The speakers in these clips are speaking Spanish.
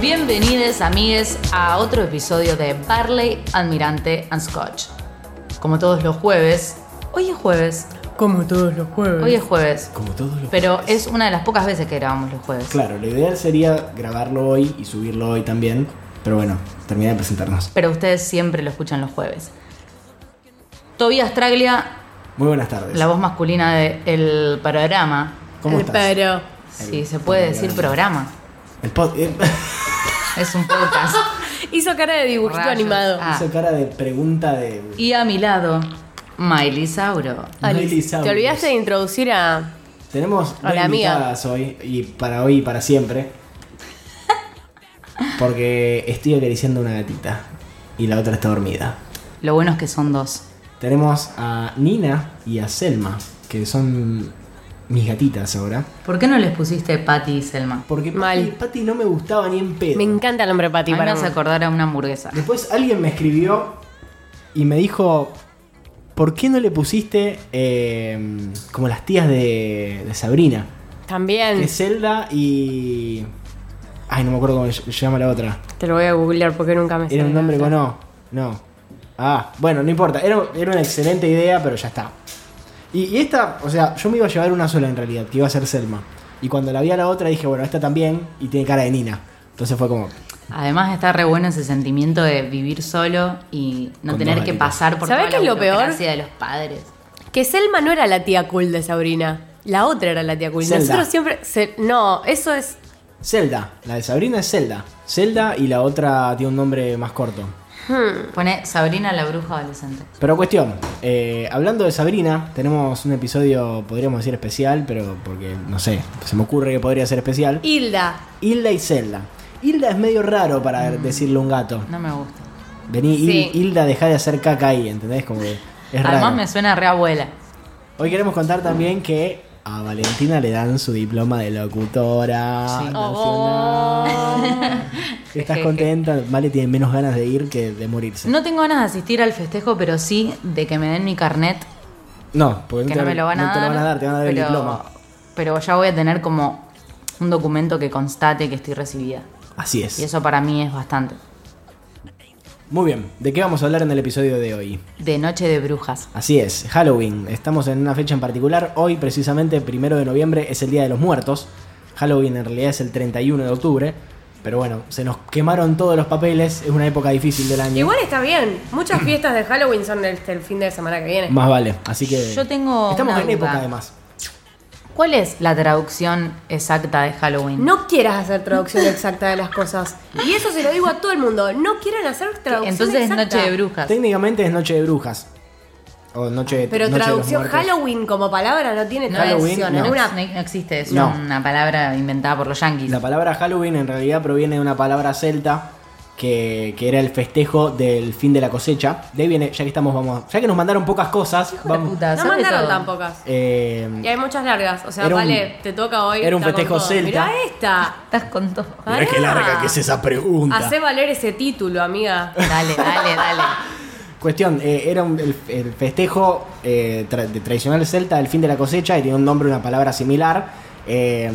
Bienvenidos, amigues, a otro episodio de Barley, Admirante and Scotch. Como todos los jueves, hoy es jueves, Como todos los jueves. hoy es jueves, Como todos los pero es jueves. una de las pocas veces que grabamos los jueves. Claro, lo ideal sería grabarlo hoy y subirlo hoy también. Pero bueno, termina de presentarnos. Pero ustedes siempre lo escuchan los jueves. Tobias Traglia, Muy buenas tardes. la voz masculina del programa. ¿Cómo El estás? Pero. Si se puede decir programa. El pod... eh, Es un podcast. Hizo cara de dibujito Rayos. animado. Ah. Hizo cara de pregunta de... Y a mi lado, Miley Sauro. Alice, Miley Cyrus. te olvidaste de introducir a. Tenemos dos Hola, amiga. invitadas hoy, y para hoy y para siempre. Porque estoy acariciando una gatita y la otra está dormida. Lo bueno es que son dos. Tenemos a Nina y a Selma, que son mis gatitas ahora. ¿Por qué no les pusiste Patty y Selma? Porque Mal. Patty, Patty no me gustaba ni en pedo. Me encanta el nombre A mí Pati me para hace acordar a una hamburguesa. Después alguien me escribió y me dijo, ¿por qué no le pusiste eh, como las tías de, de Sabrina? Que También. es Zelda y... Ay, no me acuerdo cómo se llama la otra. Te lo voy a googlear porque nunca me Era sale. un nombre con O. No. Ah, bueno, no importa. Era, era una excelente idea, pero ya está. Y, y esta, o sea, yo me iba a llevar una sola en realidad, que iba a ser Selma. Y cuando la vi a la otra dije, bueno, esta también y tiene cara de Nina. Entonces fue como... Además está re bueno ese sentimiento de vivir solo y no Con tener dos que gatitas. pasar por ¿Sabés toda qué la es lo peor? burocracia de los padres. Que Selma no era la tía cool de Sabrina. La otra era la tía cool. Zelda. Nosotros siempre. se- No, eso es. Zelda, la de Sabrina es Zelda. Zelda y la otra tiene un nombre más corto. hmm, Pone Sabrina la bruja adolescente. Pero cuestión, eh, hablando de Sabrina, tenemos un episodio, podríamos decir especial, pero porque no sé, se me ocurre que podría ser especial. Hilda. Hilda y Zelda. Hilda es medio raro para Mm. decirle a un gato. No me gusta. Vení, Sí. Hil- Hilda, deja de hacer caca ahí, ¿entendés? Como que es Además raro. me suena re abuela. Hoy queremos contar también que a Valentina le dan su diploma de locutora. Sí. Oh. nacional. ¿Estás contenta? Vale tiene menos ganas de ir que de morirse. No tengo ganas de asistir al festejo, pero sí de que me den mi carnet, No, porque que no, no te, me lo van a no dar. te lo van a dar, te van a dar pero, el diploma. Pero ya voy a tener como un documento que constate que estoy recibida. Así es. Y eso para mí es bastante. Muy bien, ¿de qué vamos a hablar en el episodio de hoy? De noche de brujas. Así es, Halloween. Estamos en una fecha en particular. Hoy, precisamente, primero de noviembre, es el Día de los Muertos. Halloween en realidad es el 31 de octubre. Pero bueno, se nos quemaron todos los papeles. Es una época difícil del año. Igual está bien. Muchas fiestas de Halloween son el, el fin de semana que viene. Más vale. Así que. Yo tengo Estamos una en duda. época, además. ¿Cuál es la traducción exacta de Halloween? No quieras hacer traducción exacta de las cosas. Y eso se lo digo a todo el mundo. No quieran hacer traducción Entonces es exacta. Noche de Brujas. Técnicamente es Noche de Brujas. O Noche de Pero Noche de los traducción, Muertos. Halloween como palabra no tiene No, Halloween, traducción. no, es no. una- no existe, es No. una palabra inventada por los yankees. La palabra Halloween en realidad proviene de una palabra celta que, que era el festejo del fin de la cosecha. De ahí viene, ya que estamos, vamos, ya que nos mandaron pocas cosas, vamos. no mandaron tan pocas. eh, Y hay muchas largas. O sea, Era un- vale, te toca hoy. era un está con festejo todo. celta. Mirá esta. Estás con todo. mirá qué larga que es esa pregunta. Hacé valer ese título, amiga. Dale, dale, dale. Cuestión, eh, era un- el, el festejo eh, tra- de tradicional celta del fin de la cosecha y tenía un nombre, una palabra similar. Eh,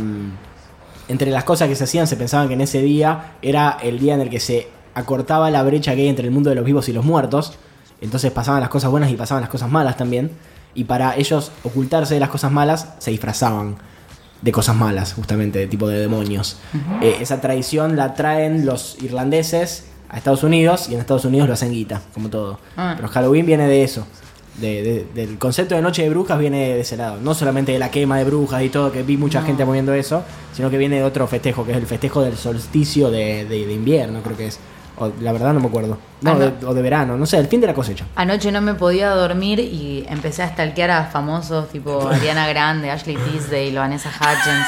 entre las cosas que se hacían, se pensaban que en ese día era el día en el que se acortaba la brecha que hay entre el mundo de los vivos y los muertos. Entonces pasaban las cosas buenas y pasaban las cosas malas también. Y para ellos ocultarse de las cosas malas, se disfrazaban de cosas malas, justamente, de tipo de demonios. Eh, esa tradición la traen los irlandeses a Estados Unidos y en Estados Unidos lo hacen guita, como todo. Ah. Pero Halloween viene de eso. de- de- del concepto de noche de brujas viene de ese lado. No solamente de la quema de brujas y todo, que vi mucha gente moviendo eso, sino que viene de otro festejo, que es el festejo del solsticio de, de- de invierno, creo que es. O, la verdad no me acuerdo. No, Ah, no. de- o de verano, no sé, el fin de la cosecha. Anoche no me podía dormir y empecé a stalkear a famosos tipo Ariana Grande, Ashley Tisdale, Vanessa Hutchins.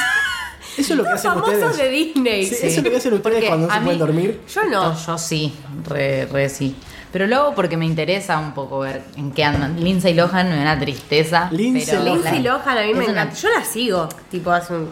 Eso es lo que hacen Famosos ustedes. de Disney. Sí, Eso es lo que hacen ustedes Porque cuando no a se pueden mí- dormir. Yo no. Yo sí, re, re sí. Pero luego porque me interesa un poco ver en qué andan. Lindsay Lohan me da una tristeza. Lindsay pero- Lindsay Lohan. Lohan a mí Es me una- encanta. Yo la sigo. Tipo, hace un...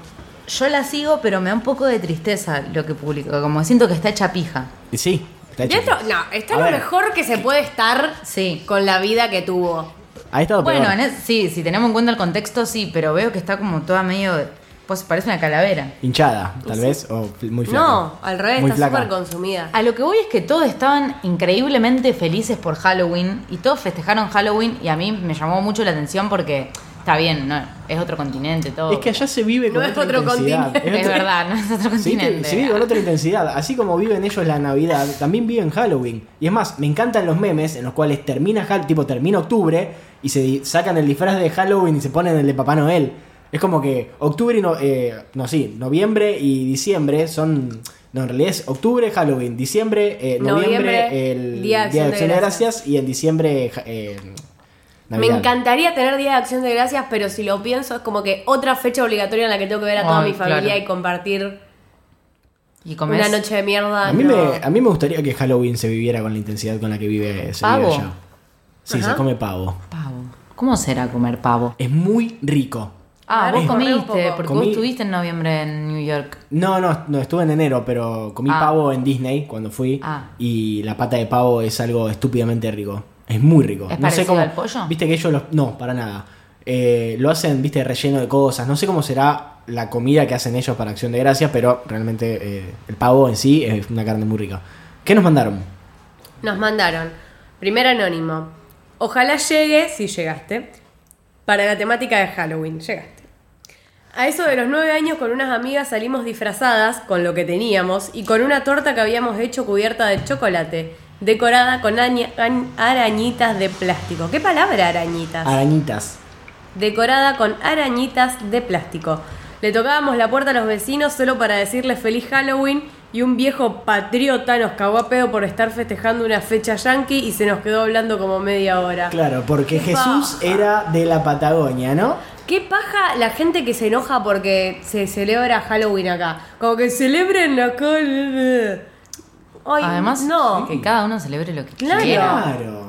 Yo la sigo, pero me da un poco de tristeza lo que publica. Como siento que está hecha pija. Y sí, está Y hecho. esto, no, está A lo ver, mejor que se puede estar Sí. con la vida que tuvo. Ha estado peor. Bueno, en es- sí, si tenemos en cuenta el contexto, sí, pero veo que está como toda medio. Pues parece una calavera. Hinchada, tal vez, o fl- muy flaca. este- No, al revés, Muy está flaca. súper consumida. A lo que voy es que todos estaban increíblemente felices por Halloween y todos festejaron Halloween y a mí me llamó mucho la atención porque está bien, no, es otro continente todo. Es que allá se vive con No es otra otro intensidad. continente. Es otra- verdad, no es otro Sí, te- continente. se vive con otra intensidad. Así como viven ellos la Navidad, también viven Halloween. Y es más, me encantan los memes en los cuales termina Hal- tipo termina octubre y se di- sacan el disfraz de Halloween y se ponen el de Papá Noel. Es como que octubre y no, eh, no sí, noviembre y diciembre son no en realidad es octubre Halloween, diciembre eh, noviembre, Noviembre, el Día de Acción de Acción de Gracias. Gracias y en diciembre ja- eh, Me Navidad. encantaría tener Día de Acción de Gracias, pero si lo pienso es como que otra fecha obligatoria en la que tengo que ver a toda Ay, mi familia claro. y compartir Y comes una noche de mierda. A mí, no. me, a mí me gustaría que Halloween se viviera con la intensidad con la que vive se Pavo. vive allá. Sí, se Ajá. come pavo. pavo. ¿Cómo será comer pavo? Es muy rico. Ah, Claro, vos corre un comiste, poco. porque vos Comí. estuviste en noviembre en New York. No, no, no, estuve en enero, pero comí Ah. pavo en Disney cuando fui. Ah. Y la pata de pavo es algo estúpidamente rico. Es muy rico. ¿Es no sé parecido cómo. al pollo? Viste que ellos los. No, para nada. Eh, lo hacen, viste, relleno de cosas. No sé cómo será la comida que hacen ellos para Acción de Gracias, pero realmente eh, el pavo en sí es una carne muy rica. ¿Qué nos mandaron? Nos mandaron, primer anónimo, ojalá llegue, si llegaste, para la temática de Halloween, llegaste. A eso de los nueve años con unas amigas salimos disfrazadas con lo que teníamos y con una torta que habíamos hecho cubierta de chocolate, decorada con aña- añ- arañitas de plástico. ¿Qué palabra arañitas? Arañitas. decorada con arañitas de plástico. Le tocábamos la puerta a los vecinos solo para decirles feliz Halloween y un viejo patriota nos cagó a pedo por estar festejando una fecha yankee y se nos quedó hablando como media hora. Claro, porque Qué Jesús paja. era de la Patagonia, ¿no? ¿Qué paja la gente que se enoja porque se celebra Halloween acá? Como que celebren acá. Ay, Además, no. que cada uno celebre lo que Claro. quiera. Claro.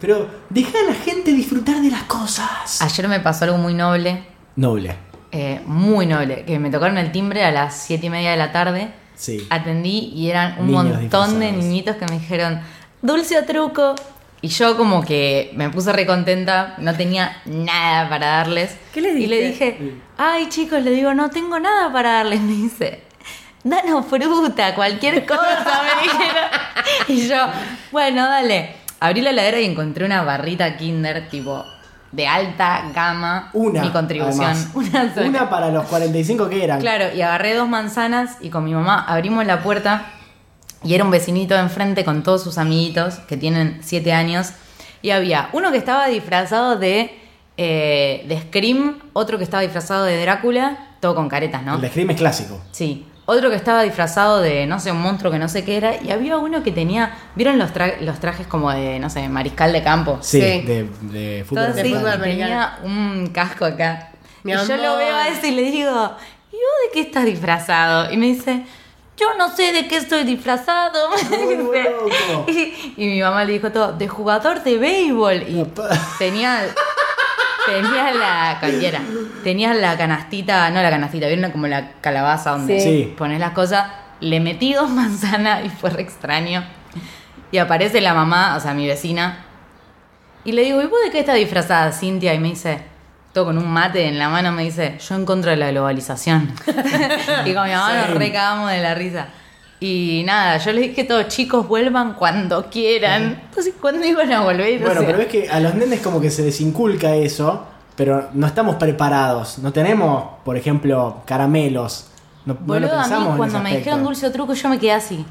Pero deja a la gente disfrutar de las cosas. Ayer me pasó algo muy noble, Noble. eh, muy noble, que me tocaron el timbre a las siete y media de la tarde. Sí. Atendí y eran un Niños montón de disfrazados. niñitos que me dijeron, dulce o truco. Y yo como que me puse recontenta, no tenía nada para darles. ¿Qué les Y le diste? dije, ay chicos, le digo, no tengo nada para darles. Me dice, danos fruta, cualquier cosa, me dijeron. Y yo, bueno, dale. Abrí la heladera y encontré una barrita Kinder, tipo, de alta gama. Una. Mi contribución. además. Una sola. Una para los 45 que eran. Claro, y agarré dos manzanas y con mi mamá abrimos la puerta y era un vecinito de enfrente con todos sus amiguitos que tienen siete años. Y había uno que estaba disfrazado de, eh, de Scream, otro que estaba disfrazado de Drácula, todo con caretas, ¿no? El de Scream es clásico. Sí. Otro que estaba disfrazado de, no sé, un monstruo que no sé qué era. Y había uno que tenía, ¿vieron los, tra- los trajes como de, no sé, mariscal de campo? Sí, Sí. De, de fútbol. Todo así, De y fútbol americano. tenía un casco acá. Mi y yo amor. lo veo a ese y le digo, ¿y vos de qué estás disfrazado? Y me dice, yo no sé de qué estoy disfrazado. me Muy dice. loco. Y, y mi mamá le dijo todo, de jugador de béisbol. Y tenía, tenía la cualquiera. Tenía la canastita, no la canastita, vieron como la calabaza donde Sí. Sí. pones las cosas. Le metí dos manzanas y fue re extraño. Y aparece la mamá, o sea, mi vecina, y le digo, ¿y vos de qué estás disfrazada, Cintia? Y me dice, todo con un mate en la mano, me dice, yo en contra de la globalización. y con mi mamá nos recagamos de la risa. Y nada, yo les dije, todos chicos, vuelvan cuando quieran. Entonces, ¿cuándo iban a volver? O Bueno, sea, pero es que a los nenes como que se les inculca eso, pero no estamos preparados. No tenemos, por ejemplo, caramelos. No, no lo boludo, a pensamos mí en cuando ese me dijeron aspecto. dulce o truco, yo me quedé así.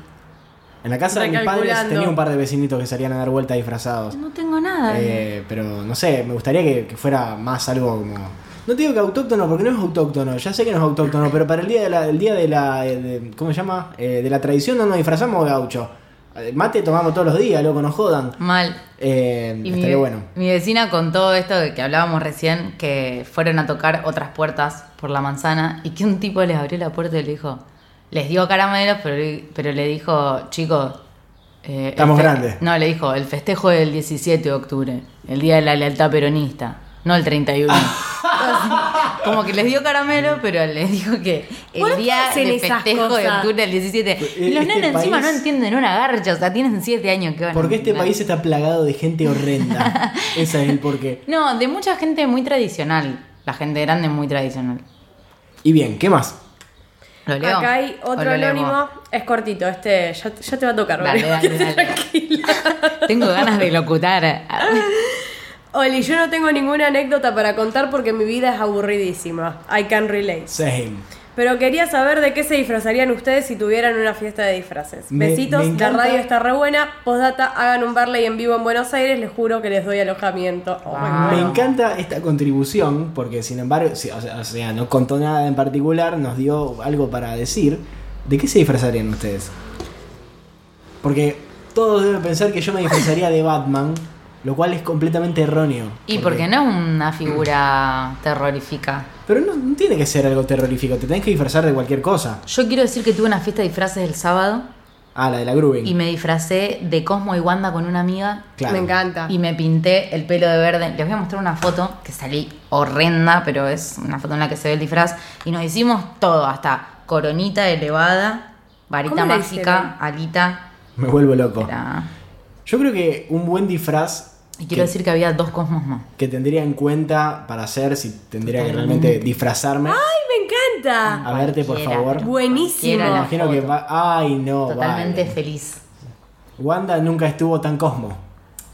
En la casa de mis padres Recalculando. tenía un par de vecinitos que salían a dar vueltas disfrazados. No tengo nada. Eh, pero no sé, me gustaría que, que fuera más algo como. No te digo que autóctono, porque no es autóctono. Ya sé que no es autóctono, pero para el día de la. El día de la eh, de- ¿Cómo se llama? Eh, de la tradición no nos disfrazamos de gaucho. Eh, Mate tomamos todos los días, loco, no jodan. Mal. Eh, Y mi, estaría ve- bueno. mi vecina contó esto de que hablábamos recién, que fueron a tocar otras puertas por la manzana y que un tipo les abrió la puerta y le dijo, les dio caramelos, pero, le- pero le dijo, chicos, eh, el Estamos fe- grandes". No, le dijo, el festejo del 17 de octubre, el día de la lealtad peronista, no el 31. Como que les dio caramelo, pero les dijo que ¿Por el qué día hacen de esas festejo de cosas? octubre del 17. Y los Este nenes encima país- no entienden una garcha, o sea, tienen 7 años que van a Porque este entender. país está plagado de gente horrenda. Ese es el porqué. No, de mucha gente muy tradicional. La gente grande es muy tradicional. Y bien, ¿qué más? ¿Lo leo? Acá hay ¿O otro lo leemos? anónimo. Es cortito, este ya, ya te va a tocar, Dale, Valeria, dale, dale. tranquila. Tengo ganas de locutar. Oli, yo no tengo ninguna anécdota para contar porque mi vida es aburridísima. I can relate. Same. Pero quería saber de qué se disfrazarían ustedes si tuvieran una fiesta de disfraces. Me- Besitos, me la encanta. radio está re buena. Postdata, hagan un barley en vivo en Buenos Aires, les juro que les doy alojamiento. Oh my Ah. Me God. encanta esta contribución porque, sin embargo, sí, o sea, o sea, no contó nada en particular, nos dio algo para decir. ¿De qué se disfrazarían ustedes? Porque todos deben pensar que yo me disfrazaría de Batman, lo cual es completamente erróneo. Y porque no es una figura terrorífica. Pero no, no tiene que ser algo terrorífico, te tenés que disfrazar de cualquier cosa. Yo quiero decir que tuve una fiesta de disfraces el sábado Ah, la de la Grubing. y me disfracé de Cosmo y Wanda con una amiga Claro. Me encanta. y me pinté el pelo de verde. Les voy a mostrar una foto que salí horrenda, pero es una foto en la que se ve el disfraz. Y nos hicimos todo, hasta coronita elevada, varita ¿Cómo la mágica, alita. Me vuelvo loco. era- Yo creo que un buen disfraz Y quiero que- decir que había dos Cosmos más. que tendría en cuenta para hacer, si tendría que realmente disfrazarme. ¡Ay, me encanta! A verte, por Cualquiera. favor. Buenísimo. Cualquiera Me Mm. la imagino foto. que va. Ay, no. Totalmente Oh, vale. feliz. Wanda nunca estuvo tan Cosmo.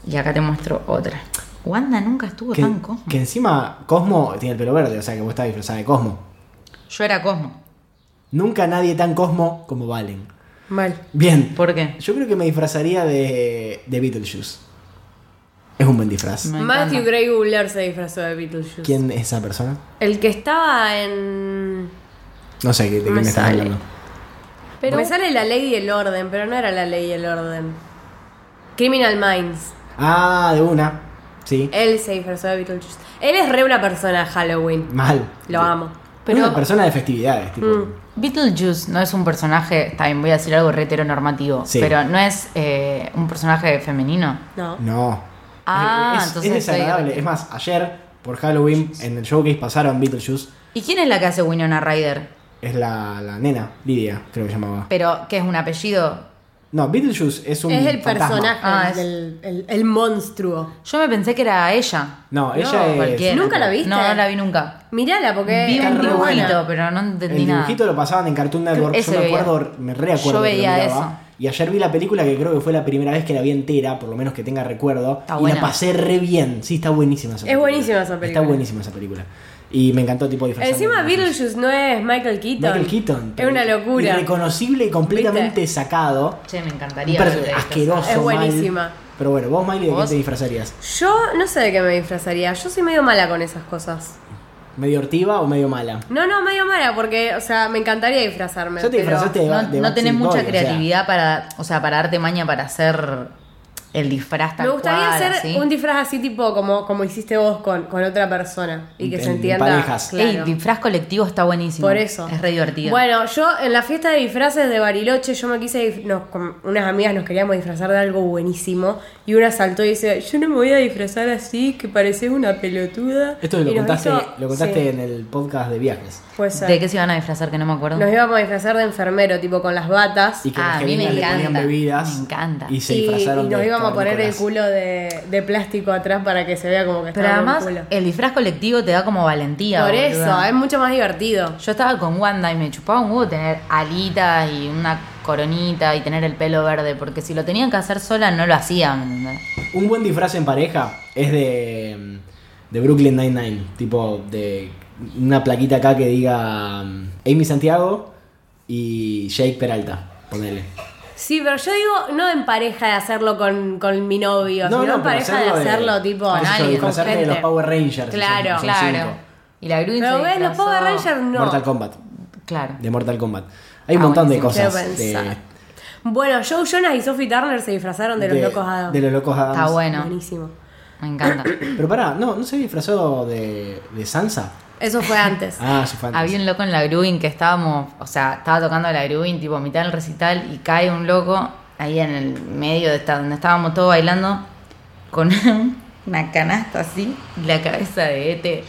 Y acá te muestro otra. Wanda nunca estuvo Que, tan Cosmo. que encima Cosmo tiene el pelo verde, o sea que vos estás disfrazada de Cosmo. Yo era Cosmo. Nunca nadie tan Cosmo como Valen. Mal. Bien. ¿Por qué? Yo creo que me disfrazaría de, de Beetlejuice. Es un buen disfraz. Me Matthew encanta. Gray Goulart se disfrazó de Beetlejuice. ¿Quién es esa persona? El que estaba en. No sé de Me quién me estás sale. hablando. me sale la ley y el orden, pero no era la ley y el orden. Criminal Minds. Ah, de una. Sí. Eh, Él se disfrazó de Beetlejuice. Él es re una persona Halloween. Mal. Lo amo. Pero- Mm. Pero... Una persona de festividades, tipo. Beetlejuice no es un personaje, también voy a decir algo re heteronormativo, Sí. pero no es eh, un personaje femenino. No. No. Ah, Eh, es, es- entonces es desagradable. Es más, ayer por Halloween en el showcase pasaron Beetlejuice. ¿Y quién es la que hace Winona Ryder? Es la, la nena, Lidia, creo que llamaba. Pero, ¿qué es un apellido? No, Beetlejuice es un. Es el fantasma. personaje, Ah, el, es- el- el- el monstruo. Yo me pensé que era ella. No, ella es. cualquiera. ¿Nunca la viste? Eh, No, no la vi nunca. Mírala, porque. vi está un re buena. dibujito, pero no entendí El nada. dibujito lo pasaban en Cartoon Network. Ese Yo me veía. acuerdo, me reacuerdo. Yo que lo veía miraba. Y ayer vi la película que creo que fue la primera vez que la vi entera, por lo menos que tenga recuerdo. Está y buena. la pasé re bien. Sí, está buenísima esa Es película. buenísima esa película. Está buenísima esa película. Y me encantó tipo disfrazarme Encima de cosas. Beetlejuice no es Michael Keaton. Michael Keaton. Es una locura. Reconocible y completamente ¿Viste? sacado. Che, me Un encantaría. perso- verte disfrazada. asqueroso. Es mal. buenísima. Pero bueno, vos, Miley, ¿de qué ¿Vos? te disfrazarías? Yo no sé de qué me disfrazaría. Yo soy medio mala con esas cosas. ¿Medio hortiva o medio mala? No, no, medio mala, porque, o sea, me encantaría disfrazarme. Ya te pero- disfrazaste de, No, Ba- de no tenés Backstreet Boy, mucha o sea, creatividad para, o sea, para darte maña para hacer el disfraz tal Me gustaría cual, hacer así. un disfraz así tipo como, como hiciste vos con, con otra persona y que En- se en entienda. parejas. Ey, claro. disfraz colectivo está buenísimo. Por eso. Es re divertido. Bueno, yo en la fiesta de disfraces de Bariloche, yo me quise. dif- Nos, con unas amigas nos queríamos disfrazar de algo buenísimo. Y una saltó y dice: Yo no me voy a disfrazar así, que pareces una pelotuda. Esto lo Y nos contaste, hizo- lo contaste sí, en el podcast de viajes. puede ser. ¿De qué se iban a disfrazar que no me acuerdo? Nos íbamos a disfrazar de enfermero, tipo con las batas. Y que Ah, las a mí me gemelas le ponían encanta, bebidas. me encanta. Y se y- disfrazaron y nos de íbamos a poner el cavernícolas. culo de, de plástico atrás para que se vea como que Pero estábamos además, en culo. el disfraz colectivo te da como valentía. Por boluda. eso, es mucho más divertido. Yo estaba con Wanda y me chupaba un huevo tener alitas y una coronita y tener el pelo verde, porque si lo tenían que hacer sola no lo hacían. ¿entendés? Un buen disfraz en pareja es de, de Brooklyn Nine-Nine. Tipo, de una plaquita acá que diga um, Amy Santiago y Jake Peralta. Ponele. Sí, pero yo digo no en pareja de hacerlo con, con mi novio, sino en pero pareja de hacerlo tipo qué sé yo, alguien, disfrazarte de gente. los Power Rangers. si Claro, son- son Claro. cinco. Y la Green Pero se ves, los disfrazó- Power Rangers no. Mortal Kombat. Claro. De Mortal Kombat. Hay un Ah, montón de buenísimo. cosas. Quiero pensar. De, Bueno, Joe Jonas y Sophie Turner se disfrazaron de los locos Adams. de los locos Adams. Está bueno. Buenísimo. Me encanta. Pero pará, no, no se disfrazó de, de Sansa. Eso fue antes. Ah, su fan. Había un loco en la Grubin que estábamos, o sea, estaba tocando la Grubin, tipo mitad del recital, y cae un loco ahí en el medio de esta- donde estábamos todos bailando con una canasta así y la cabeza de Ete.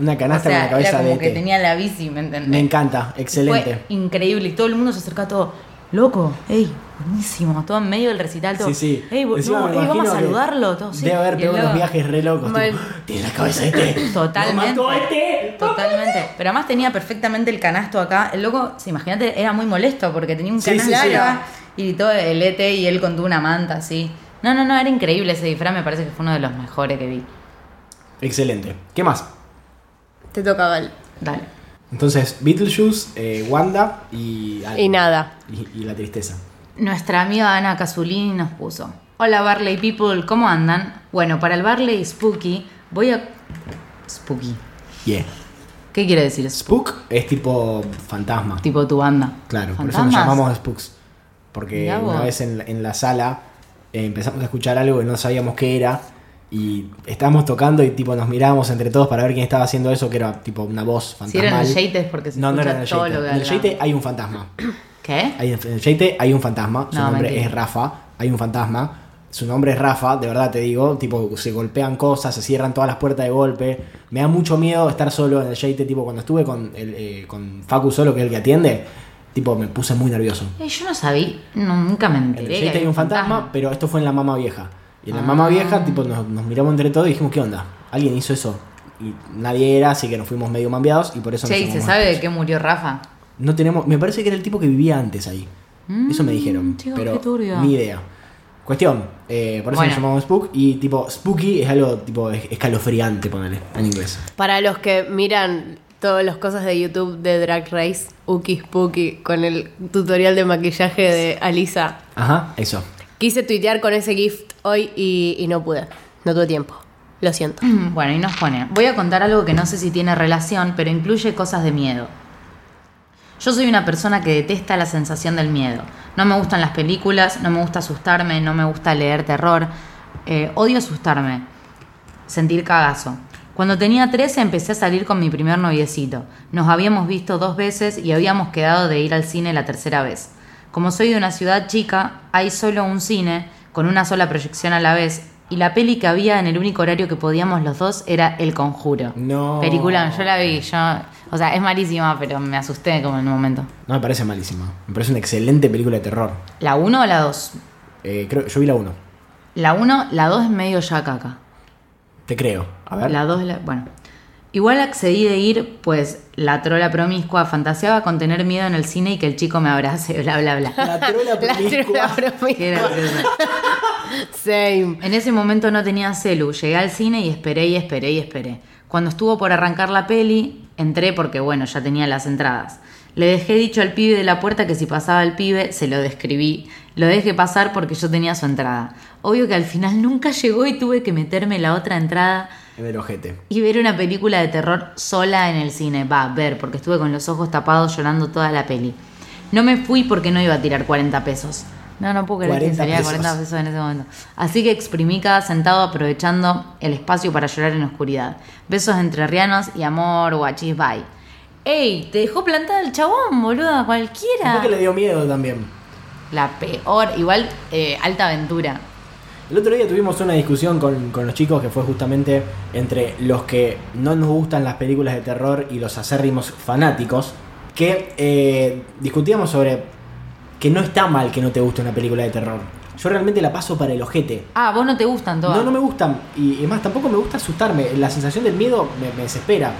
Una O canasta sea, con la cabeza era como de E que Ete. tenía la bici, ¿me entendés? Me encanta, excelente. Fue increíble y todo el mundo se acercó a todo. loco, ey, buenísimo, todo en medio del recital, todo, Sí, sí. ey, bu- Encima no, me ey, vamos a imagino que saludarlo, todo, sí. Debe haber Y pegado el unos loco- viejos re locos. Mal. tipo, Tiene la cabeza de este. Totalmente. Lo mató este. Totalmente. Pero además tenía perfectamente el canasto acá. El loco, sí, imagínate, era muy molesto porque tenía un Sí, canasto sí, sí. acá y todo el ET y él con una manta así. No, no, no, era increíble ese disfraz, me parece que fue uno de los mejores que vi. Excelente. ¿Qué más? Te toca, Val. Dale. Entonces, Beetlejuice, eh, Wanda y. algo. Y nada. Y, y la tristeza. Nuestra amiga Ana Casulini nos puso. Hola Barley People, ¿cómo andan? Bueno, para el Barley Spooky voy a... Spooky. Yeah. ¿Qué quiere decir? Spooky? Spook es tipo fantasma. Tipo tu banda. Claro, por eso nos ¿Fantasmas? llamamos Spooks. Porque Mirá una vos. vez en, la- en la sala eh, empezamos a escuchar algo y no sabíamos qué era. Y estábamos tocando y tipo nos mirábamos entre todos para ver quién estaba haciendo eso, que era tipo una voz Si eran fantasmal. el Yates porque se no, no escucha era en el todo Yeite. lo que En el hablamos. Yeite hay un fantasma. ¿Qué? Hay, en el Yeite hay un fantasma. Su No, nombre mentira. es Rafa. Hay un fantasma. Su nombre es Rafa, de verdad te digo. Tipo, se golpean cosas, se cierran todas las puertas de golpe. Me da mucho miedo estar solo en el Yeite. Tipo, cuando estuve con, el, eh, con Facu solo, que es el que atiende, tipo, me puse muy nervioso. Eh, yo no sabía, no, nunca me En enteré. el que Yeite había hay un fantasma, pero esto fue en la mama vieja. Y en la Ah. mama vieja, tipo, nos, nos miramos entre todos y dijimos, ¿qué onda? ¿Alguien hizo eso? Y nadie era, así que nos fuimos medio mambiados y por eso nos Che, ¿y se llamamos este sabe de Spooks. qué murió Rafa? No tenemos. Me parece que era el tipo que vivía antes ahí. Mm, eso me dijeron. chicos, pero qué turbio. ni idea. Cuestión, eh, por eso Bueno. nos llamamos Spook. Y tipo, spooky es algo tipo es- escalofriante, ponele, en inglés. Para los que miran todas las cosas de YouTube de Drag Race, Uki Spooky, con el tutorial de maquillaje de Alisa, Ajá, eso. quise tuitear con ese gift hoy y, y no pude. No tuve tiempo. Lo siento. Bueno, y nos pone, voy a contar algo que no sé si tiene relación, pero incluye cosas de miedo. Yo soy una persona que detesta la sensación del miedo. No me gustan las películas, no me gusta asustarme, no me gusta leer terror. Eh, odio asustarme, sentir cagazo. Cuando tenía 13 empecé a salir con mi primer noviecito. Nos habíamos visto dos veces y habíamos quedado de ir al cine la tercera vez. Como soy de una ciudad chica, hay solo un cine con una sola proyección a la vez y la peli que había en el único horario que podíamos los dos era El Conjuro. No. Película, yo la vi, yo, o sea, es malísima, pero me asusté como en un momento. No me parece malísimo. Me parece una excelente película de terror. ¿La 1 o la 2? Eh, creo, yo vi la 1. La 1, la 2 es medio ya caca. Te creo. A ver. La 2, la... bueno. Igual accedí de ir, pues la trola promiscua fantaseaba con tener miedo en el cine y que el chico me abrace, bla, bla, bla. La trola La promiscua. Qué gracioso. Same. En ese momento no tenía celu, llegué al cine y esperé y esperé y esperé. Cuando estuvo por arrancar la peli, entré porque bueno, ya tenía las entradas. Le dejé dicho al pibe de la puerta que si pasaba el pibe, se lo describí. Lo dejé pasar porque yo tenía su entrada. Obvio que al final nunca llegó y tuve que meterme la otra entrada En el ojete. y ver una película de terror sola en el cine. Va, ver, porque estuve con los ojos tapados llorando toda la peli. No me fui porque no iba a tirar 40 pesos. No, no puedo creer que 40 salía pesos. 40 pesos en ese momento. Así que exprimí cada sentado aprovechando el espacio para llorar en oscuridad. Besos entrerrianos y amor, guachis, bye. ¡Ey! Te dejó plantada el chabón, boluda, cualquiera. Porque le dio miedo también. La peor, igual, eh, alta aventura. El otro día tuvimos una discusión con, con los chicos que fue justamente entre los que no nos gustan las películas de terror y los acérrimos fanáticos, que eh, discutíamos sobre que no está mal que no te guste una película de terror. Yo realmente la paso para el ojete. Ah, vos no te gustan todas. No, no me gustan. Y es más, tampoco me gusta asustarme. La sensación del miedo me, me desespera.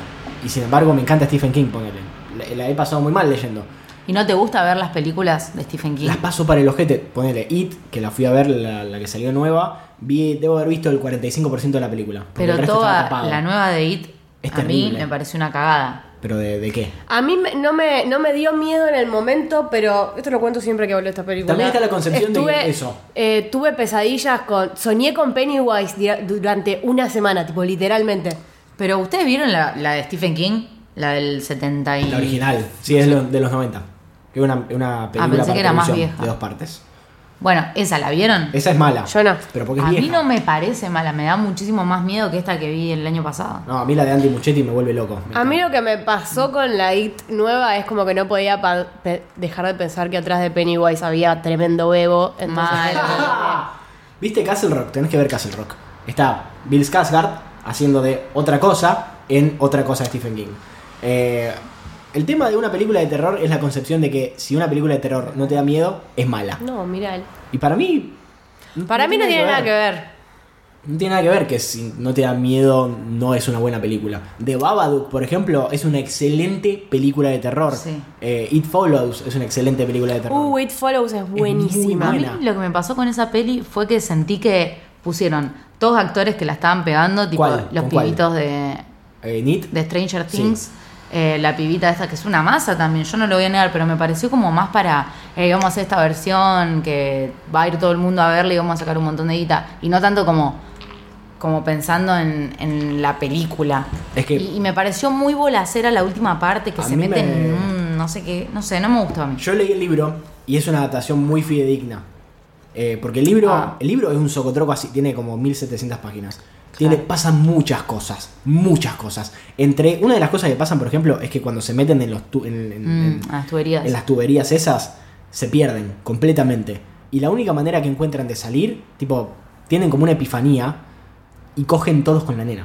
Y sin embargo, me encanta Stephen King, ponele. La- la he pasado muy mal leyendo. ¿Y no te gusta ver las películas de Stephen King? Las paso para el ojete. Ponele It, que la fui a ver, la, la que salió nueva. Vi, debo haber visto el 45% de la película. porque el Pero resto estaba toda tapado. la nueva de It, Es a mí terrible. me parece una cagada. ¿Pero de, de qué? A mí me- no, me, no me dio miedo en el momento, pero esto lo cuento siempre que hablo de esta película. También está la concepción de Estuve- eso. eh, tuve pesadillas con. Soñé con Pennywise dira- durante una semana, tipo, literalmente. Pero ustedes vieron la, la de Stephen King, la del 70 y... La original. Sí, es lo- de los 90. Que es una, una película Ah, pensé para que era más televisión, vieja. de dos partes. Bueno, esa la vieron. Esa es mala. Yo no. Pero porque es a vieja. mí no me parece mala, me da muchísimo más miedo que esta que vi el año pasado. No, a mí la de Andy Muchetti me vuelve loco. Me A mí encanta. lo que me pasó con la IT nueva es como que no podía pa- pe- dejar de pensar que atrás de Pennywise había tremendo bebo. Entonces, Mal. ¿Viste Castle Rock? Tenés que ver Castle Rock. Está Bill Skarsgård haciendo de otra cosa en otra cosa de Stephen King. Eh, El tema de una película de terror es la concepción de que si una película de terror no te da miedo, es mala. No, mirá. Y para mí. Para mí no tiene nada que ver. No tiene nada que ver que si no te da miedo, no es una buena película. The Babadook, por ejemplo, es una excelente película de terror. Sí. Eh, It Follows es una excelente película de terror. Uh, It Follows es muy buenísima. A mí Buena. lo que me pasó con esa peli fue que sentí que pusieron dos actores que la estaban pegando, tipo ¿Cuál? los ¿Con cuál? pibitos de, Eh, It, de Stranger Sí. Things. eh, la pibita esta que es una masa también, yo no lo voy a negar, pero me pareció como más para, eh, vamos a hacer esta versión que va a ir todo el mundo a verla y vamos a sacar un montón de guita. Y no tanto como, como pensando en, en la película. Es que- y, y me pareció muy bolacera la última parte que A se mí meten me- en un no sé qué, no sé, no me gustó a mí. Yo leí el libro y es una adaptación muy fidedigna. Eh, porque el libro, Ah. el libro es un socotroco así, tiene como 1700 páginas. Tiene, Pasan muchas cosas, muchas cosas. Entre una de las cosas que pasan, por ejemplo, es que cuando se meten en, los tu- en- en- en- Mm, las tuberías. en las tuberías esas, se pierden completamente. Y la única manera que encuentran de salir, tipo, tienen como una epifanía y cogen todos con la nena.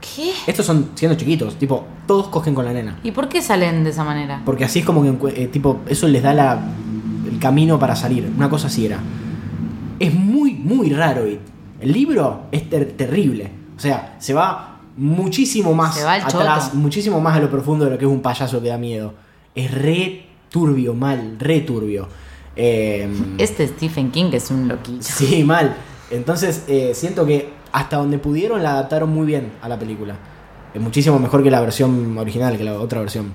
¿Qué? Estos son siendo chiquitos, tipo, todos cogen con la nena. ¿Y por qué salen de esa manera? Porque así es como que, encue- eh, tipo, eso les da la, el camino para salir. Una cosa así era. Es muy, muy raro. It. El libro es ter- terrible. O sea, se va muchísimo más Se va al atrás, choto. muchísimo más a lo profundo de lo que es un payaso que da miedo. Es re turbio, mal, re turbio. Eh, Este Stephen King es un loquillo. Sí, mal. Entonces, eh, siento que hasta donde pudieron la adaptaron muy bien a la película. Es muchísimo mejor que la versión original, que la otra versión.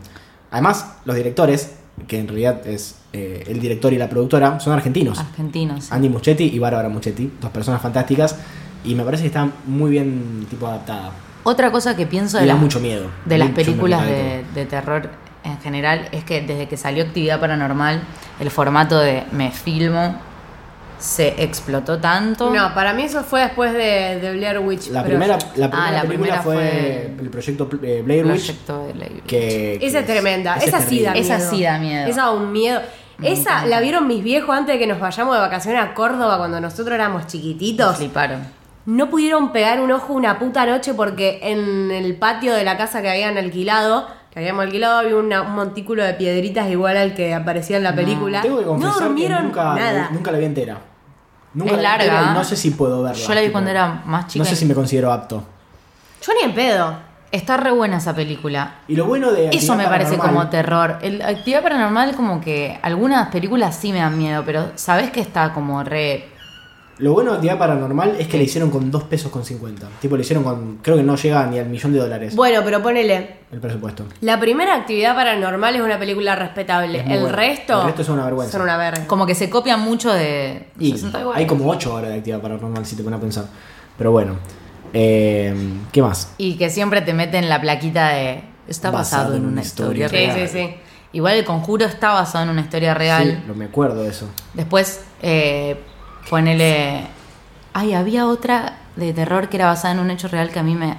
Además, los directores, que en realidad es eh, el director y la productora, son argentinos. Ah, Argentinos. Andy Muchetti y Bárbara Muchetti, dos personas fantásticas. Y me parece que está muy bien tipo adaptada. Otra cosa que pienso Y de, da las- mucho miedo. de las Mucho películas miedo de, de terror en general es que desde que salió Actividad Paranormal, el formato de me filmo se explotó tanto. No, para mí eso fue después de, de Blair Witch. La pero- primera, la primera Ah, la película primera fue, fue- el proyecto eh, Blair Witch. Proyecto de Ley. Que, que Esa es tremenda. esa es Esa sí da terrible. miedo. Esa sí da miedo. Esa da un miedo. Me Esa encanta. la vieron mis viejos antes de que nos vayamos de vacaciones a Córdoba cuando nosotros éramos chiquititos. Fliparon. No pudieron pegar un ojo una puta noche porque en el patio de la casa que habían alquilado, que habíamos alquilado, había una- un montículo de piedritas igual al que aparecía en la película. Tengo que confesar no que durmieron nunca, nada. nunca la vi entera. Es Nunca la vi larga. entera y no sé si puedo verla. Yo la vi tipo, cuando era más chica. No sé si me considero apto. Yo ni en pedo. Está re buena esa película. Y lo bueno de Eso Actividad me parece Paranormal- como terror. El actividad paranormal como que algunas películas sí me dan miedo, pero sabes que está como re Lo bueno de Actividad Paranormal es que le hicieron con 2 pesos con 50. Tipo, le hicieron con. Creo que no llega ni al millón de dólares Bueno, pero ponele. el presupuesto. La primera actividad paranormal es una película respetable. Es muy El buena. resto. El resto es una vergüenza. Son una verga. como que se copia mucho de Y se siente igual. hay como 8 horas de Actividad Paranormal si te pones a pensar. Pero bueno. Eh, ¿Qué más? y que siempre te meten la plaquita de está basado, en una historia, Sí, real. sí, sí. Igual el conjuro está basado en una historia real. Sí, no me acuerdo de eso. Después eh, ponele ay, había otra de terror que era basada en un hecho real que a mí me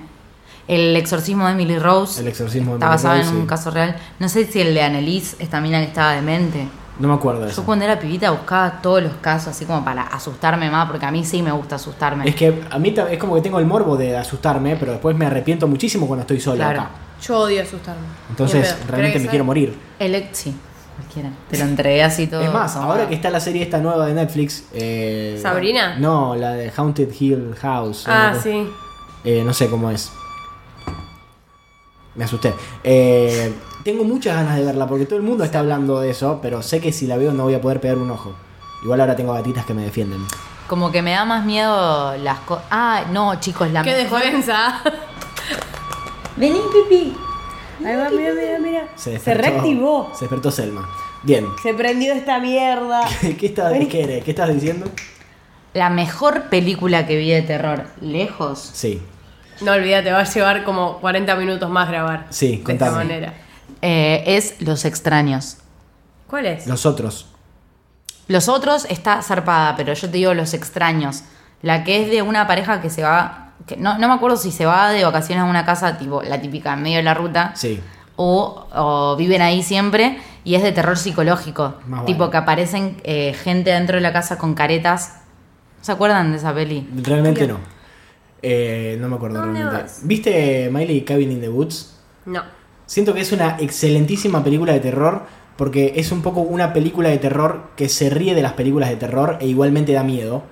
el exorcismo de Emily Rose. El exorcismo de Está Emily basado Rose, en un sí. caso real. No sé si el de Annelise, esta mina que estaba demente. No me acuerdo de eso. Yo cuando era pibita buscaba todos los casos así como para asustarme más, porque a mí sí me gusta asustarme. Es que a mí ta- es como que tengo el morbo de asustarme, pero después me arrepiento muchísimo cuando estoy sola Claro. acá. Yo odio asustarme. Ni en Entonces, pedo. realmente ¿Crees me que quiero sea? morir. El ex- sí, cualquiera. Te lo entregué así todo. es más, tomado. ahora que está la serie esta nueva de Netflix. eh, ¿Sabrina? No, la de Haunted Hill House. o Ah, algo- sí. eh, no sé cómo es. Me asusté. Eh, tengo muchas ganas de verla porque todo el mundo está hablando de eso, pero sé que si la veo no voy a poder pegar un ojo. Igual ahora tengo gatitas que me defienden. Como que me da más miedo las cosas. Ah, no, chicos, la Qué mejor. defensa. Vení, Pipi. Ahí va, mira, mira, mira. reactivó. Se despertó Selma. Bien. Se prendió esta mierda. ¿Qué, estás, qué eres? ¿Qué estás diciendo? La mejor película que vi de terror, lejos. Sí. No olvídate, va a llevar como 40 minutos más grabar. Sí, De contame. esta manera. eh, es Los Extraños. ¿Cuál es? Los otros. Los otros está zarpada, pero yo te digo los extraños. La que es de una pareja que se va. Que no, no me acuerdo si se va de vacaciones a una casa, tipo la típica en medio de la ruta. Sí. O, o viven ahí siempre. Y es de terror psicológico. Más tipo vale. que aparecen eh, gente dentro de la casa con caretas. ¿Se acuerdan de esa peli? Realmente no. Eh, no me acuerdo ¿Dónde realmente. vas? ¿Viste Miley y Cabin in the Woods? No. Siento que es una excelentísima película de terror porque es un poco una película de terror que se ríe de las películas de terror e igualmente da miedo.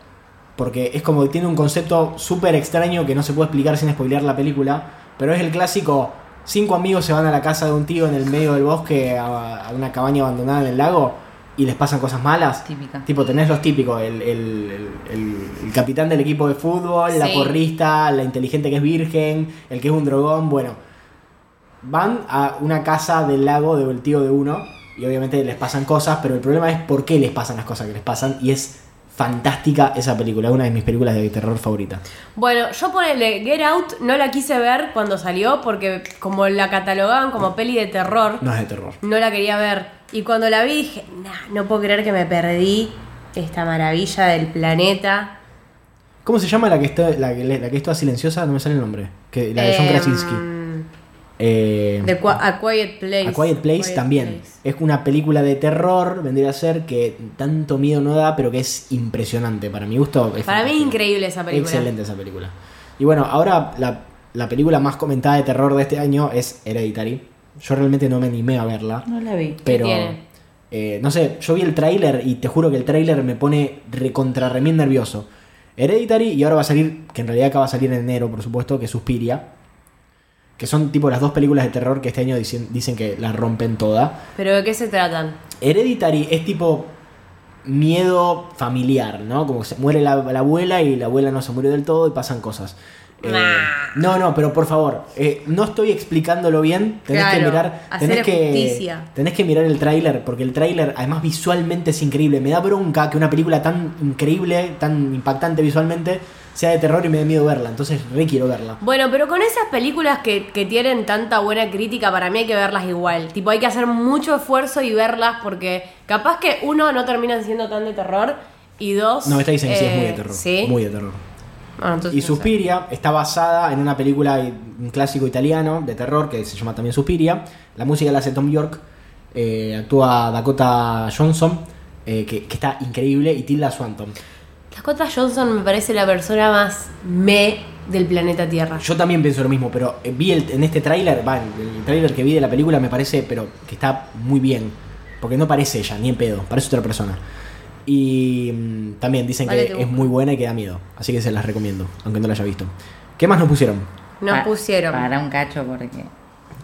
Porque es como que tiene un concepto súper extraño que no se puede explicar sin spoilear la película. Pero es el clásico, cinco amigos se van a la casa de un tío en el medio del bosque, a, a una cabaña abandonada en el lago, y les pasan cosas malas. Típica. Tipo, tenés los típicos, el, el- el- el- el capitán del equipo de fútbol, la Sí. porrista, la inteligente que es virgen, el que es un drogón, bueno. Van a una casa del lago del tío de uno y obviamente les pasan cosas, pero el problema es por qué les pasan las cosas que les pasan y es fantástica esa película, es una de mis películas de terror favorita. Bueno, yo ponele Get Out, no la quise ver cuando salió porque como la catalogaban como peli de terror, No es de terror. no la quería ver. Y cuando la vi dije, nah, no puedo creer que me perdí esta maravilla del planeta. ¿Cómo se llama la que está la que, la que está silenciosa? No me sale el nombre. Que, la de John Em, Krasinski. Eh, de Qua- A Quiet Place. A Quiet Place Quiet también. Place. Es una película de terror, vendría a ser, que tanto miedo no da, pero que es impresionante. Para mi gusto. es Para mí es fantástica. increíble esa película. Excelente esa película. Y bueno, ahora la, la película más comentada de terror de este año es Hereditary. Yo realmente no me animé a verla. No la vi. Pero. tiene? eh, no sé, yo vi el tráiler y te juro que el tráiler me pone recontra re bien nervioso. Hereditary y ahora va a salir, que en realidad acá va a salir en enero, por supuesto, que es Suspiria. Que son tipo las dos películas de terror que este año dicen, dicen que la rompen toda. Pero ¿de qué se tratan? Hereditary es tipo miedo familiar, ¿no? Como que se muere la, la abuela y la abuela no se murió del todo y pasan cosas. Eh, Nah. No, no, pero por favor, eh, no estoy explicándolo bien. Tenés que Claro, mirar, hacer tenés que, justicia. tenés que mirar el tráiler porque el tráiler además visualmente es increíble. Me da bronca que una película tan increíble, tan impactante visualmente sea de terror y me da miedo verla. Entonces re quiero verla. Bueno, pero con esas películas que, que tienen tanta buena crítica, para mí hay que verlas igual. Tipo, hay que hacer mucho esfuerzo y verlas porque capaz que uno no terminan siendo tan de terror y dos... No, me está diciendo que sí, es muy de eh, terror, Sí. muy de terror. Bueno, entonces Y no sé. Suspiria está basada en una película, un clásico italiano de terror que se llama también Suspiria. La música la hace Tom York, eh, actúa Dakota Johnson, eh, que, que está increíble, y Tilda Swanton. Dakota Johnson me parece la persona más me del planeta Tierra. Yo también pienso lo mismo, pero eh, vi el- en este tráiler, va, el, tráiler que vi de la película me parece, pero que está muy bien, porque no parece ella, ni en pedo, parece otra persona. Y mm, también dicen Vale, te que es busco. muy buena y que da miedo, así que se las recomiendo, aunque no la haya visto. ¿Qué más nos pusieron? Nos Pa- pusieron... Para un cacho porque.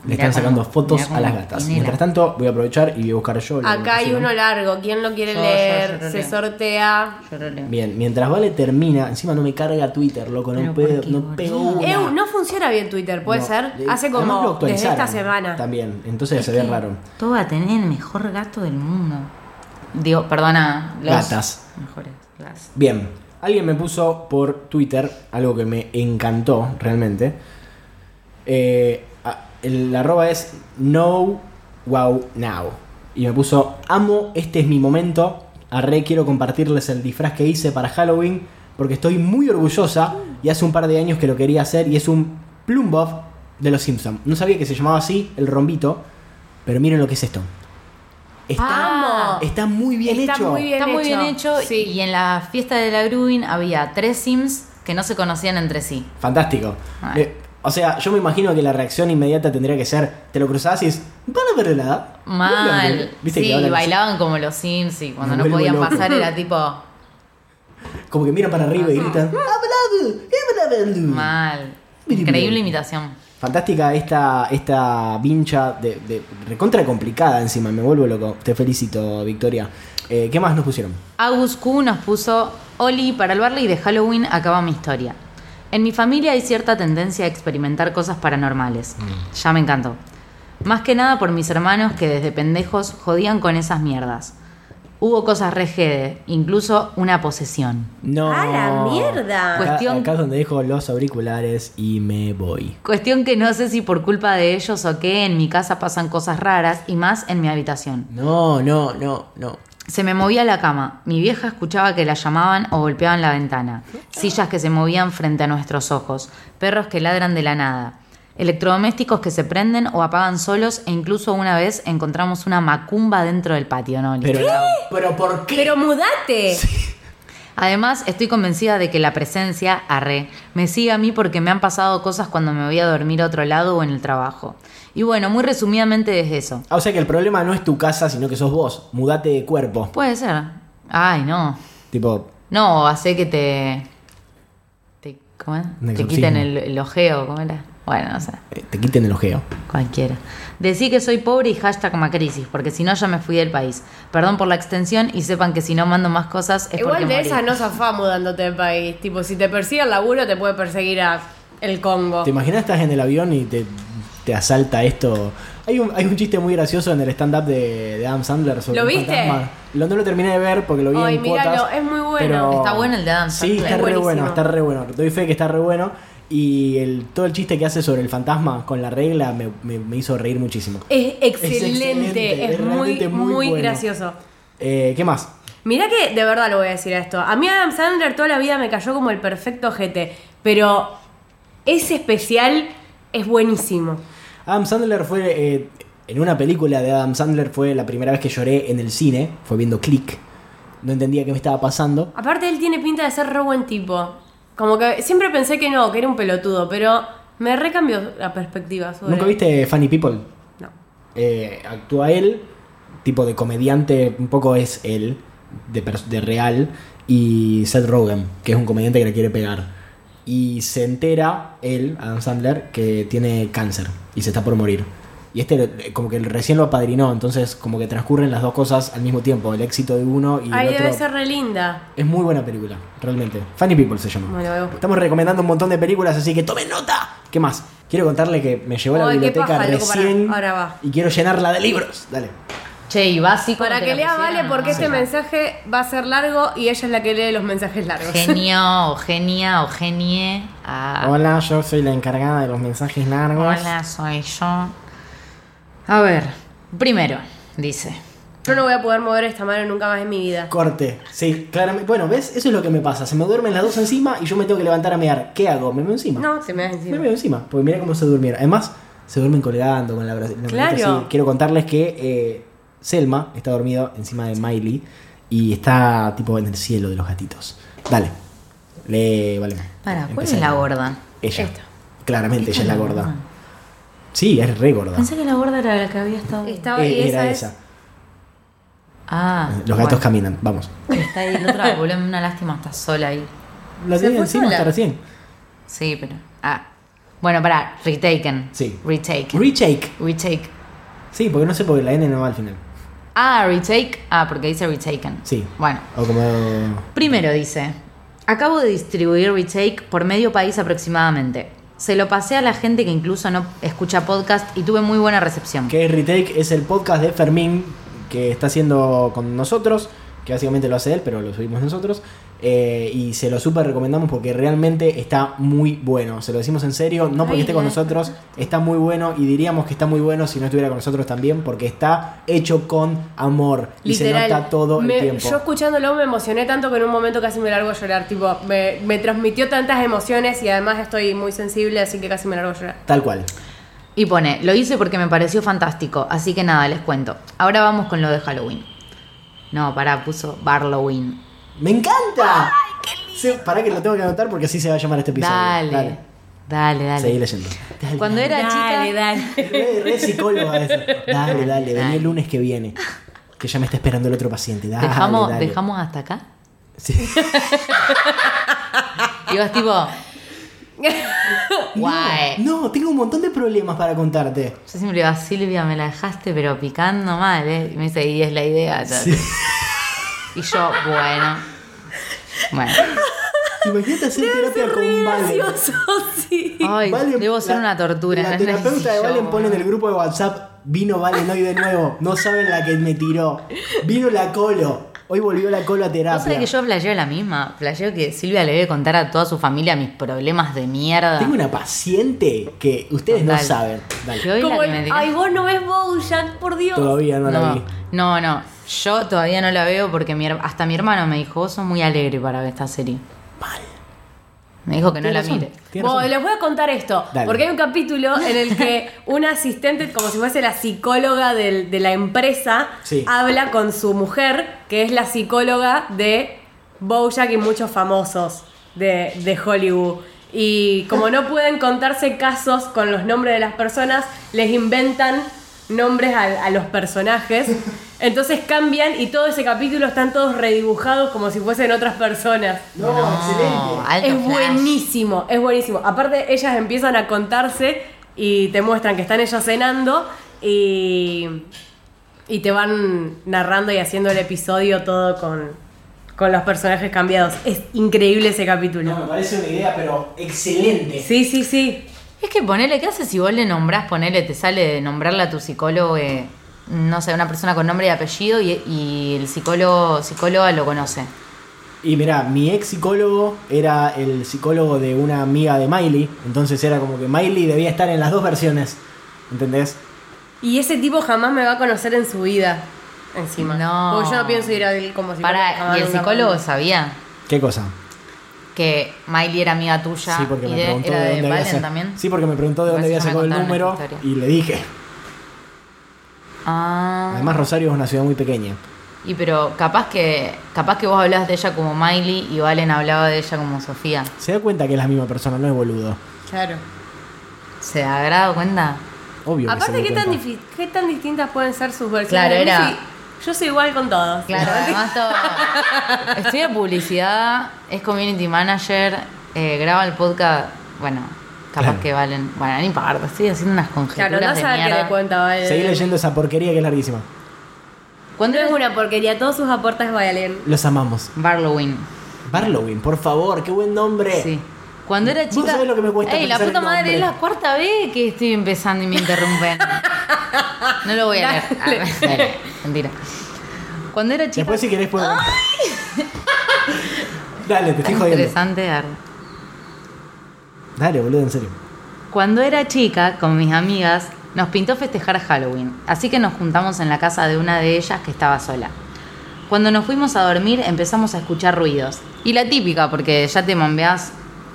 Le están sacando fotos a las gatas. Mientras Mientras tanto, voy a aprovechar y voy a buscar yo. la Acá hay noticia. uno largo, ¿quién lo quiere Yo, yo, leer? yo lo se leo. sortea... Yo lo leo. Bien, mientras Vale termina, encima no me carga Twitter, loco, Pero no ¿por pedo, qué, no boludo? pego una. Eu, Eh, no funciona bien Twitter, ¿puede No, ser? eh, Hace además lo como desde esta actualizaron semana. También, entonces se ve raro. Todo va a tener el mejor gato del mundo. Digo, perdona, los Gatas. Mejores, las. Bien, alguien me puso por Twitter algo que me encantó realmente. Eh, a- el arroba es no wow now. Y me puso, amo, este es mi momento. Arre, quiero compartirles el disfraz que hice para Halloween porque estoy muy orgullosa y hace un par de años que lo quería hacer y es un plumbob de los Simpsons. No sabía que se llamaba así, el rombito, pero miren lo que es esto. Está, ¡Vamos! está muy bien Ah. Está hecho. muy bien Está muy bien hecho. hecho. Sí. Y en la fiesta de la Bruin había tres Sims que no se conocían entre sí. Fantástico. Ah. Eh, o sea, yo me imagino que la reacción inmediata tendría que ser, te lo cruzás y es, van a ver nada. Mal. ¿Viste sí, que ahora y los- bailaban como los Sims y cuando Me no vuelvo podían loco. pasar era tipo Como que miran para arriba y gritan, "Habla, habla, habla". mal. Bien. Increíble imitación. Fantástica esta, esta vincha de, de- recontra complicada encima, me vuelvo loco. Te felicito, Victoria. Eh, ¿Qué más nos pusieron? Agus Q nos puso, Oli, para el Barley de Halloween acaba mi historia. En mi familia hay cierta tendencia a experimentar cosas paranormales. Ya me encantó. Más que nada por mis hermanos que desde pendejos jodían con esas mierdas. Hubo cosas re jede, incluso una posesión. No. ¡A la mierda! Acá- Cuestión- acá es donde dejo los auriculares y me voy. Cuestión que no sé si por culpa de ellos o qué, en mi casa pasan cosas raras y más en mi habitación. No, no, no, no. Se me movía la cama. Mi vieja escuchaba que la llamaban o golpeaban la ventana. Sillas que se movían frente a nuestros ojos. Perros que ladran de la nada. Electrodomésticos que se prenden o apagan solos e incluso una vez encontramos una macumba dentro del patio, ¿no? Pero, pero ¿por qué? Pero mudate. Además, estoy convencida de que la presencia, arre, me sigue a mí porque me han pasado cosas cuando me voy a dormir a otro lado o en el trabajo. Y bueno, muy resumidamente es eso. Ah, o sea que el problema no es tu casa, sino que sos vos. Mudate de cuerpo. Puede ser. Ay, no. Tipo, No, hace que te. te ¿Cómo es? Un Te exorcismo. quiten el, el ojeo, ¿cómo era? Bueno, no sé. eh, te quiten el ojeo. Cualquiera. Decí que soy pobre y hashtag macrisis, porque si no ya me fui del país. Perdón por la extensión y sepan que si no mando más cosas es Igual porque de morí. esas no zafá mudándote de país. Tipo, si te persigue el laburo, te puede perseguir a el Congo. ¿Te imaginas estás en el avión y te, te asalta esto? Hay un, hay un chiste muy gracioso en el stand-up de, de Adam Sandler sobre ¿Lo un viste? fantasma. Lo, no lo terminé de ver porque lo vi Ay, en míralo, cuotas. es muy bueno. pero- Está bueno el de Adam Sí, Sandler. está re Buenísimo. bueno, está re bueno. Doy fe que está re bueno. Y el, todo el chiste que hace sobre el fantasma con la regla me, me- me hizo reír muchísimo. Es excelente, es, excelente, es muy, realmente muy, muy bueno. gracioso. Eh, ¿Qué más? Mirá que de verdad lo voy a decir a esto. A mí Adam Sandler toda la vida me cayó como el perfecto GT, pero ese especial es buenísimo. Adam Sandler fue. eh, en una película de Adam Sandler fue la primera vez que lloré en el cine. Fue viendo Click. No entendía qué me estaba pasando. Aparte él tiene pinta de ser re buen tipo. Como que siempre pensé que no, que era un pelotudo, pero me recambió la perspectiva sobre ¿Nunca él. viste Funny People? No. Eh, actúa él, tipo de comediante, un poco es él, de, pers- de real, y Seth Rogen, que es un comediante que le quiere pegar. Y se entera él, Adam Sandler, que tiene cáncer y se está por morir. Y este eh, como que recién lo apadrinó, entonces como que transcurren las dos cosas al mismo tiempo, el éxito de uno y Ahí el otro. debe ser re linda. Es muy buena película, realmente. Funny People se llama. Bueno, voy a buscar. Estamos recomendando un montón de películas, así que tomen nota. ¿Qué más? Quiero contarle que me llegó a la Ay, qué biblioteca paja, loco, pará. recién Ahora va. y quiero llenarla de libros. Dale. Che, y básico. Para te que la lea pusieron, Vale, ¿no? porque este Sí. mensaje va a ser largo y ella es la que lee los mensajes largos. Genio, o genia, o genie. Ah, Hola, yo soy la encargada de los mensajes largos. hola, soy yo. A ver, primero, dice. Yo no voy a poder mover esta mano nunca más en mi vida. Corte. Sí, claramente. Bueno, ¿ves? Eso es lo que me pasa. Se me duermen las dos encima y yo me tengo que levantar a mear. ¿Qué hago? ¿Me meo encima? No, se me da Me encima. veo encima, porque mira cómo se durmieron. Además, se duermen colgando con la bra- la manita así. Claro. Quiero contarles que eh, Selma está dormida encima de Miley y está tipo en el cielo de los gatitos. Dale. Le vale. Para, ¿cuál Empezá. es la gorda? Ella. Esta. Claramente Esta ella es la es la gorda. gorda. Sí, es re gorda. Pensé que la gorda era la que había estado. Estaba y Eh, esa era es- esa. Ah. Los gatos bueno. caminan. Vamos. Está ahí el otro, boludo, una lástima, está sola ahí. La Se tenía fue encima sola. hasta recién. Sí, pero. Ah. Bueno, pará, retaken. Sí. Retake. Retake. retake. Sí, porque no sé por qué la N no va al final. Ah, retake. Ah, porque dice retaken. Sí. Bueno. O como. Primero dice, acabo de distribuir Retake por medio país aproximadamente. Se lo pasé a la gente que incluso no escucha podcast y tuve muy buena recepción. que es Retake, es el podcast de Fermín que está haciendo con nosotros, que básicamente lo hace él, pero lo subimos nosotros, eh, y se lo súper recomendamos porque realmente está muy bueno, se lo decimos en serio, no porque Ay, esté con la- nosotros, está muy bueno y diríamos que está muy bueno si no estuviera con nosotros también, porque está hecho con amor y se nota todo me- el tiempo. Yo escuchándolo me emocioné tanto que en un momento casi me largo a llorar. Tipo, me, me transmitió tantas emociones y además estoy muy sensible, así que casi me largo a llorar. Tal cual. Y pone, lo hice porque me pareció fantástico, así que nada, les cuento. Ahora vamos con lo de Halloween. No, pará, puso Barloween. ¡Me encanta! Sí, pará que lo tengo que anotar porque así se va a llamar este episodio. Dale, dale, dale. Seguí leyendo. Dale, Cuando era chica... dale. Re, re psicóloga esa. Dale, dale, vení Dale. el lunes que viene. Que ya me está esperando el otro paciente. Dale, Dejamos, dale. dejamos hasta acá. Sí. Y vas tipo, guay. No, tengo un montón de problemas para contarte. Yo siempre le digo, Silvia, me la dejaste, pero picando mal, ¿eh? Y me dice, y es la idea. ya". Sí. Y yo, bueno. Bueno. Imagínate hacer terapia con Valen. sí. Ay, Valen- debo ser la- una tortura. La no terapeuta de necesito, Valen pone en el grupo de WhatsApp: Vino Valen hoy de nuevo. No saben la que me tiró. Vino la colo. Hoy volvió la colo a Vos sabés terapia. que yo flasheo la misma. Flasheo que Silvia le debe contar a toda su familia mis problemas de mierda. Tengo una paciente que ustedes no Total. saben. Dale. Que hoy la Como que el- me tiró- ay, vos no ves Bojack, por Dios. Todavía no, la vi. no, no, no. Yo todavía no la veo porque mi her- hasta mi hermano me dijo, vos sos muy alegre para ver esta serie. Mal. Me dijo que no Tiene la razón, mire. tiene Bueno, razón. les voy a contar esto, Dale. porque hay un capítulo en el que una asistente, como si fuese la psicóloga del- de la empresa, Sí. habla con su mujer, que es la psicóloga de Bojack y muchos famosos de, de Hollywood. Y como no pueden contarse casos con los nombres de las personas, les inventan nombres a, a los personajes. Entonces cambian y todo ese capítulo están todos redibujados como si fuesen otras personas. No, No, alto es flash. buenísimo, es buenísimo. Aparte, ellas empiezan a contarse y te muestran que están ellas cenando y, y te van narrando y haciendo el episodio todo con, con los personajes cambiados. Es increíble ese capítulo. No, me parece una idea, pero excelente. Sí, sí, sí. Es que ponele, ¿qué haces si vos le nombrás, ponele, te sale de nombrarle a tu psicólogo, eh, no sé, una persona con nombre y apellido y, y el psicólogo, psicóloga lo conoce? Y mirá, mi ex psicólogo era el psicólogo de una amiga de Miley. Entonces era como que Miley debía estar en las dos versiones. ¿Entendés? Y ese tipo jamás me va a conocer en su vida. Encima. No. Porque yo no pienso ir a él como psicólogo. Para, jamás, y el nunca. psicólogo sabía ¿Qué cosa? que Miley era amiga tuya sí, porque y me de- preguntó era de de, dónde había Valen sacado. también. Sí, porque me preguntó Me de dónde había parece que sacado el me número contaron esta y le dije. Ah. Además, Rosario es una ciudad muy pequeña. Y pero capaz que capaz que vos hablabas de ella como Miley y Valen hablaba de ella como Sofía. Se da cuenta que es la misma persona, no es boludo. Claro. ¿Se ha dado cuenta? Obvio. que se Aparte, dio ¿qué tan, cuenta. difi- qué tan distintas pueden ser sus versiones? Claro, A mí era- sí- Yo soy igual con todos. Claro, además todo. Estudia publicidad, es community manager, eh, graba el podcast. Bueno, capaz Claro. que Valen. Bueno, ni importa, estoy haciendo unas conjeturas Claro, no de sabe qué mierda. le cuenta Valen. Seguí leyendo esa porquería que es larguísima. ¿Cuándo No es es una porquería, todos sus aportes Valen. Los amamos. Barlowin? Barlowin, por favor, qué buen nombre. Sí. Cuando era Vos chica. sabés lo que me cuesta Ey, la pensar puta el madre, nombre. es la cuarta vez que estoy empezando y me interrumpen. no lo voy a leer. Ah, dale, mentira. Cuando era chica. Después, si querés, puedo. Dale, te estoy jodiendo. interesante. ar- Dale, boludo, en serio. Cuando era chica, con mis amigas, nos pintó festejar Halloween, así que nos juntamos en la casa de una de ellas que estaba sola. Cuando nos fuimos a dormir empezamos a escuchar ruidos. Y la típica, porque ya te mambeás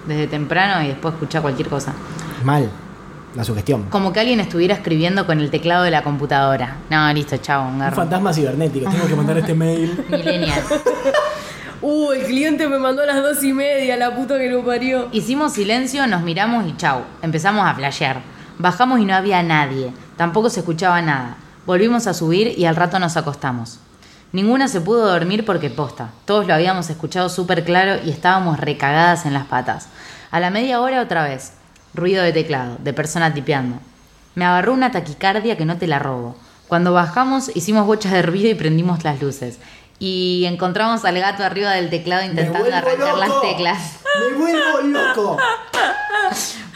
desde temprano y después escuchás cualquier cosa. Mal. La sugestión. Como que alguien estuviera escribiendo con el teclado de la computadora. No, listo, chao, un Un garro. fantasma cibernético. Tengo que mandar este mail. Millennial. Uh, el cliente me mandó a las dos y media, la puta que lo parió. Hicimos silencio, nos miramos y chau. Empezamos a flashear. Bajamos y no había nadie. Tampoco se escuchaba nada. Volvimos a subir y al rato nos acostamos. Ninguna se pudo dormir porque posta. Todos lo habíamos escuchado súper claro y estábamos recagadas en las patas. A la media hora otra vez. Ruido de teclado, de persona tipeando. Me agarró una taquicardia que no te la robo. Cuando bajamos hicimos bochas de ruido y prendimos las luces. Y encontramos al gato arriba del teclado intentando arrancar las teclas. Me vuelvo loco.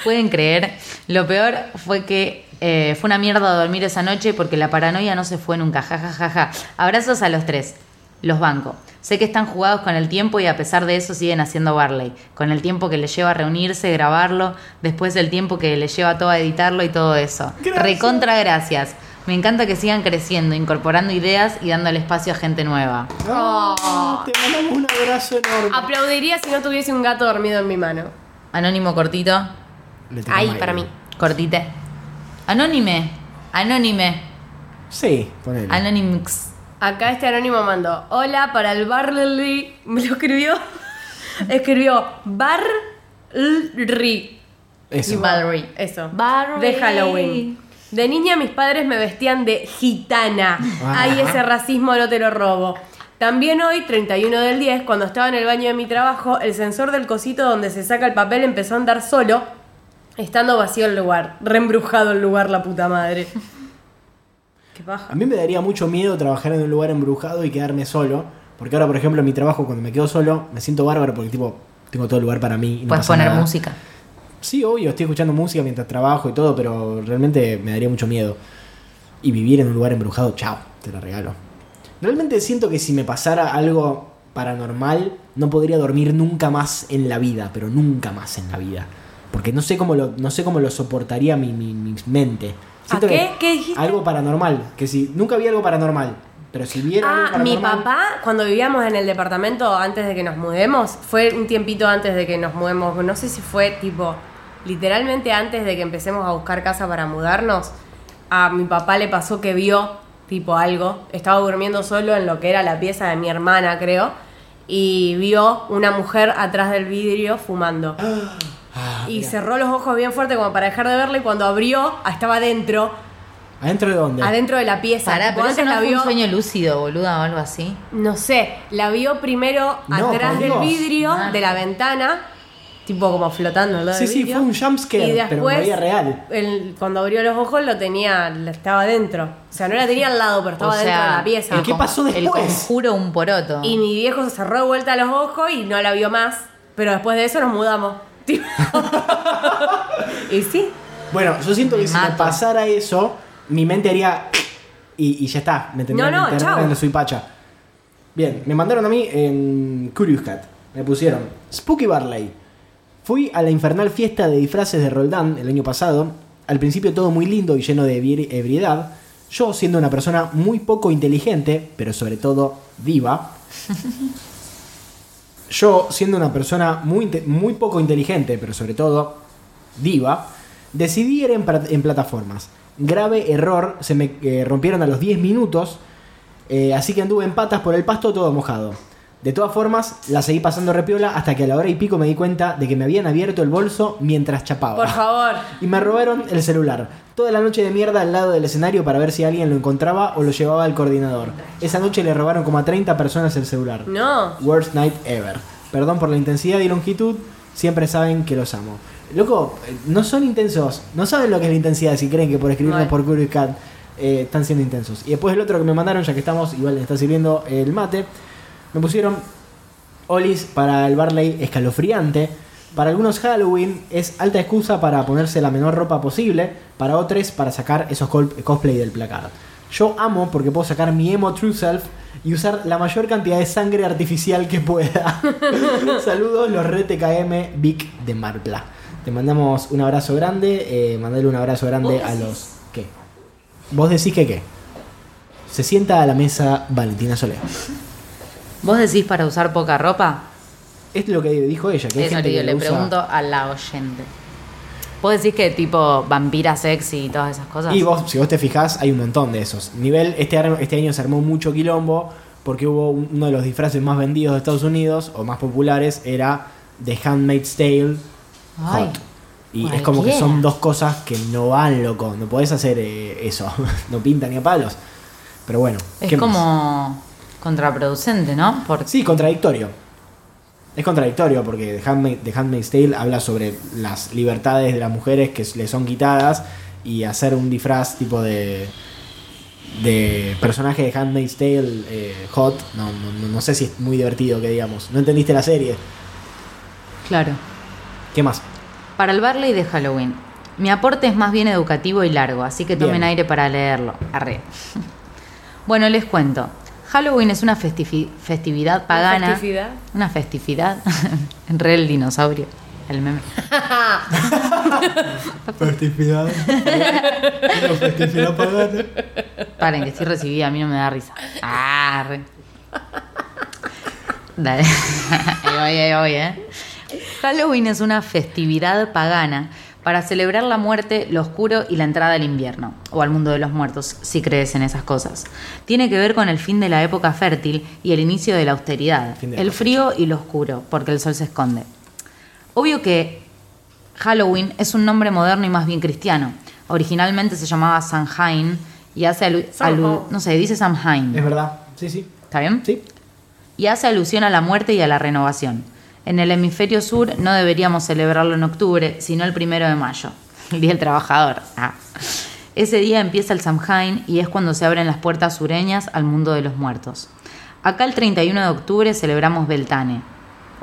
Pueden creer, lo peor fue que eh, fue una mierda dormir esa noche porque la paranoia no se fue nunca. Ja, ja, ja, ja. Abrazos a los tres. Los banco. Sé que están jugados con el tiempo y a pesar de eso siguen haciendo Barley. Con el tiempo que les lleva reunirse, grabarlo, después del tiempo que les lleva todo a editarlo y todo eso. Gracias. Recontra gracias. Me encanta que sigan creciendo, incorporando ideas y dándole espacio a gente nueva. Oh. Ah, Te mandamos un abrazo enorme. Aplaudiría si no tuviese un gato dormido en mi mano. Anónimo cortito. Le tengo Ahí, mail. para mí. Cortite. Anónime. Anónime. Sí, ponele. Anonymix. Acá este anónimo mandó, hola para el Barley, me lo escribió, escribió Barley. Y Eso. Valerie. Eso. Valerie. De Halloween. De niña mis padres me vestían de gitana. Ah. Ay, ese racismo no te lo robo. También hoy, 31 del 10, cuando estaba en el baño de mi trabajo, el sensor del cosito donde se saca el papel empezó a andar solo, estando vacío el lugar. Reembrujado el lugar, la puta madre. Qué A baja. mí me daría mucho miedo trabajar en un lugar embrujado y quedarme solo. Porque ahora, por ejemplo, en mi trabajo, cuando me quedo solo, me siento bárbaro porque, tipo, tengo todo el lugar para mí. y no Puedes pasa poner nada. música. Sí, obvio, estoy escuchando música mientras trabajo y todo, pero realmente me daría mucho miedo. Y vivir en un lugar embrujado, chao, te lo regalo. Realmente siento que si me pasara algo paranormal, no podría dormir nunca más en la vida, pero nunca más en la vida. Porque no sé cómo lo, no sé cómo lo soportaría mi, mi- mi mente. Siento ¿A que qué? ¿Qué dijiste? Algo paranormal. Que si nunca vi algo paranormal, pero si viera algo Ah, mi paranormal, papá, cuando vivíamos en el departamento antes de que nos mudemos, fue un tiempito antes de que nos mudemos, no sé si fue tipo, literalmente antes de que empecemos a buscar casa para mudarnos, a mi papá le pasó que vio tipo algo, estaba durmiendo solo en lo que era la pieza de mi hermana, creo, y vio una mujer atrás del vidrio fumando. ah, y cerró los ojos bien fuerte como para dejar de verla y cuando abrió, ah, estaba adentro, ¿Adentro de dónde? adentro de la pieza. Pará, Tipo, pero eso antes no la fue vio, un sueño lúcido, boluda, o algo así. no sé, la vio primero No, atrás por del Dios. vidrio, Mal. de la ventana, tipo como flotando al lado Sí, del sí, vidrio. fue un jumpscare, Y pero en después, la vida real. el- cuando abrió los ojos lo tenía, la- estaba adentro. O sea, no la tenía al lado, pero estaba o sea, dentro de la pieza. el ¿Y qué con- pasó El después? conjuro un poroto. Y mi viejo se cerró de vuelta los ojos y no la vio más. Pero después de eso nos mudamos. Tipo. y sí. Bueno, yo siento Me que si me mato. pasara eso, mi mente haría. Y, y ya está, ¿me entendés? No, no, Me internaron chau. en la suipacha. Bien, me mandaron a mí en Curious Cat. Me pusieron Spooky Barley. Fui a la infernal fiesta de disfraces de Roldán el año pasado. Al principio todo muy lindo y lleno de ebri- ebriedad. Yo, siendo una persona muy poco inteligente, pero sobre todo viva. Yo, siendo una persona muy, inte- muy poco inteligente, pero sobre todo diva, decidí ir en, pra- en plataformas. Grave error, se me eh, rompieron a los 10 minutos, eh, así que anduve en patas por el pasto todo mojado. De todas formas, la seguí pasando repiola hasta que a la hora y pico me di cuenta de que me habían abierto el bolso mientras chapaba. Por favor. Y me robaron el celular. Toda la noche de mierda al lado del escenario para ver si alguien lo encontraba o lo llevaba al coordinador. Esa noche le robaron como a 30 personas el celular. No. Worst night ever. Perdón por la intensidad y longitud, siempre saben que los amo. Loco, eh, no son intensos, no saben lo que es la intensidad si creen que por escribirnos Mal. por Curious Cat eh, están siendo intensos. Y después el otro que me mandaron, ya que estamos, igual le está sirviendo el mate, me pusieron Olis para el Barley escalofriante. Para algunos Halloween es alta excusa para ponerse la menor ropa posible, para otros para sacar esos col- cosplay del placar. Yo amo porque puedo sacar mi emo true self y usar la mayor cantidad de sangre artificial que pueda. Saludos, los RTKM Vic de Marpla. Te mandamos un abrazo grande, eh, mandale un abrazo grande ¿Vos a decís? los... ¿Qué? ¿Vos decís que qué? Se sienta a la mesa Valentina Solea. ¿Vos decís para usar poca ropa? Es lo que dijo ella. Que hay Eso gente que yo que le usa- pregunto a la oyente. ¿Vos decís que tipo vampira sexy y todas esas cosas? Y vos, si vos te fijás, hay un montón de esos. Nivel, este, ar- este año se armó mucho quilombo porque hubo un- uno de los disfraces más vendidos de Estados Unidos o más populares era The Handmaid's Tale Ay, Hot. Y es como que cualquiera. son dos cosas que no van, loco. No podés hacer eh, eso. no pinta ni a palos. Pero bueno. ¿qué Es más? como contraproducente, ¿no? Porque Sí, contradictorio. Es contradictorio porque The, Handmaid- The Handmaid's Tale habla sobre las libertades de las mujeres que le son quitadas y hacer un disfraz tipo de de personaje de Handmaid's Tale eh, hot. No, no, no sé si es muy divertido que digamos. No entendiste la serie. Claro. ¿Qué más? Para el Barley de Halloween. Mi aporte es más bien educativo y largo, así que tomen Bien. aire para leerlo. Arre. Bueno, les cuento. Halloween es una festifi- festividad pagana. festividad? Una festividad. en re el dinosaurio. El meme. Festividad. Festividad pagana. Paren, que estoy recibida, a mí no me da risa. Ah, re. Dale. Ahí voy, ahí voy, ¿eh? Halloween es una festividad pagana para celebrar la muerte, lo oscuro y la entrada al invierno, o al mundo de los muertos, si crees en esas cosas. Tiene que ver con el fin de la época fértil y el inicio de la austeridad, Fin de la el cosecha. frío y lo oscuro, porque el sol se esconde. Obvio que Halloween es un nombre moderno y más bien cristiano. Originalmente se llamaba Samhain y hace alu- Samhain. alu- no sé, dice Es Samhain. verdad. Sí, sí. ¿Está bien? Sí. Y hace alusión a la muerte y a la renovación. En el hemisferio sur no deberíamos celebrarlo en octubre, sino el primero de mayo, el Día del Trabajador. Ah. Ese día empieza el Samhain y es cuando se abren las puertas sureñas al mundo de los muertos. Acá el 31 de octubre celebramos Beltane,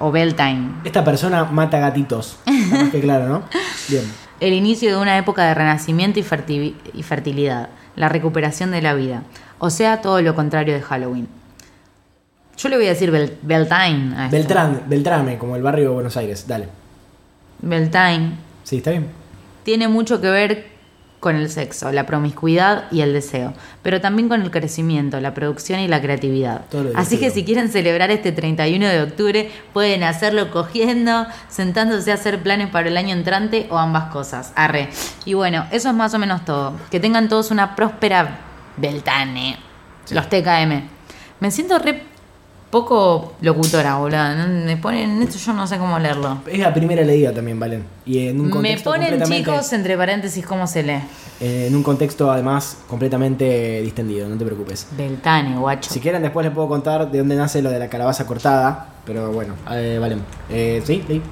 o Beltane, Esta persona mata gatitos. Está más que claro, ¿no? Bien. El inicio de una época de renacimiento y, fertivi- y fertilidad, la recuperación de la vida, o sea, todo lo contrario de Halloween. Yo le voy a decir Bel- Beltane a esto. Beltrán, Beltrame, como el barrio de Buenos Aires. Dale. Beltane Sí, está bien. tiene mucho que ver con el sexo, la promiscuidad y el deseo, pero también con el crecimiento, la producción y la creatividad. Todo lo Así que divertido. si quieren celebrar este 31 de octubre, pueden hacerlo cogiendo, sentándose a hacer planes para el año entrante o ambas cosas. Arre. Y bueno, eso es más o menos todo. Que tengan todos una próspera Beltane. Los TKM. Me siento re poco locutora, boludo. No- Me ponen esto, yo no sé cómo leerlo. Es la primera leída también, Valen. Y en un Me contexto ponen completamente- chicos entre paréntesis cómo se lee. eh, en un contexto además completamente distendido, no te preocupes. Beltane, guacho. Si quieren después les puedo contar de dónde nace lo de la calabaza cortada, pero bueno, eh, Valen. Eh, sí, leí.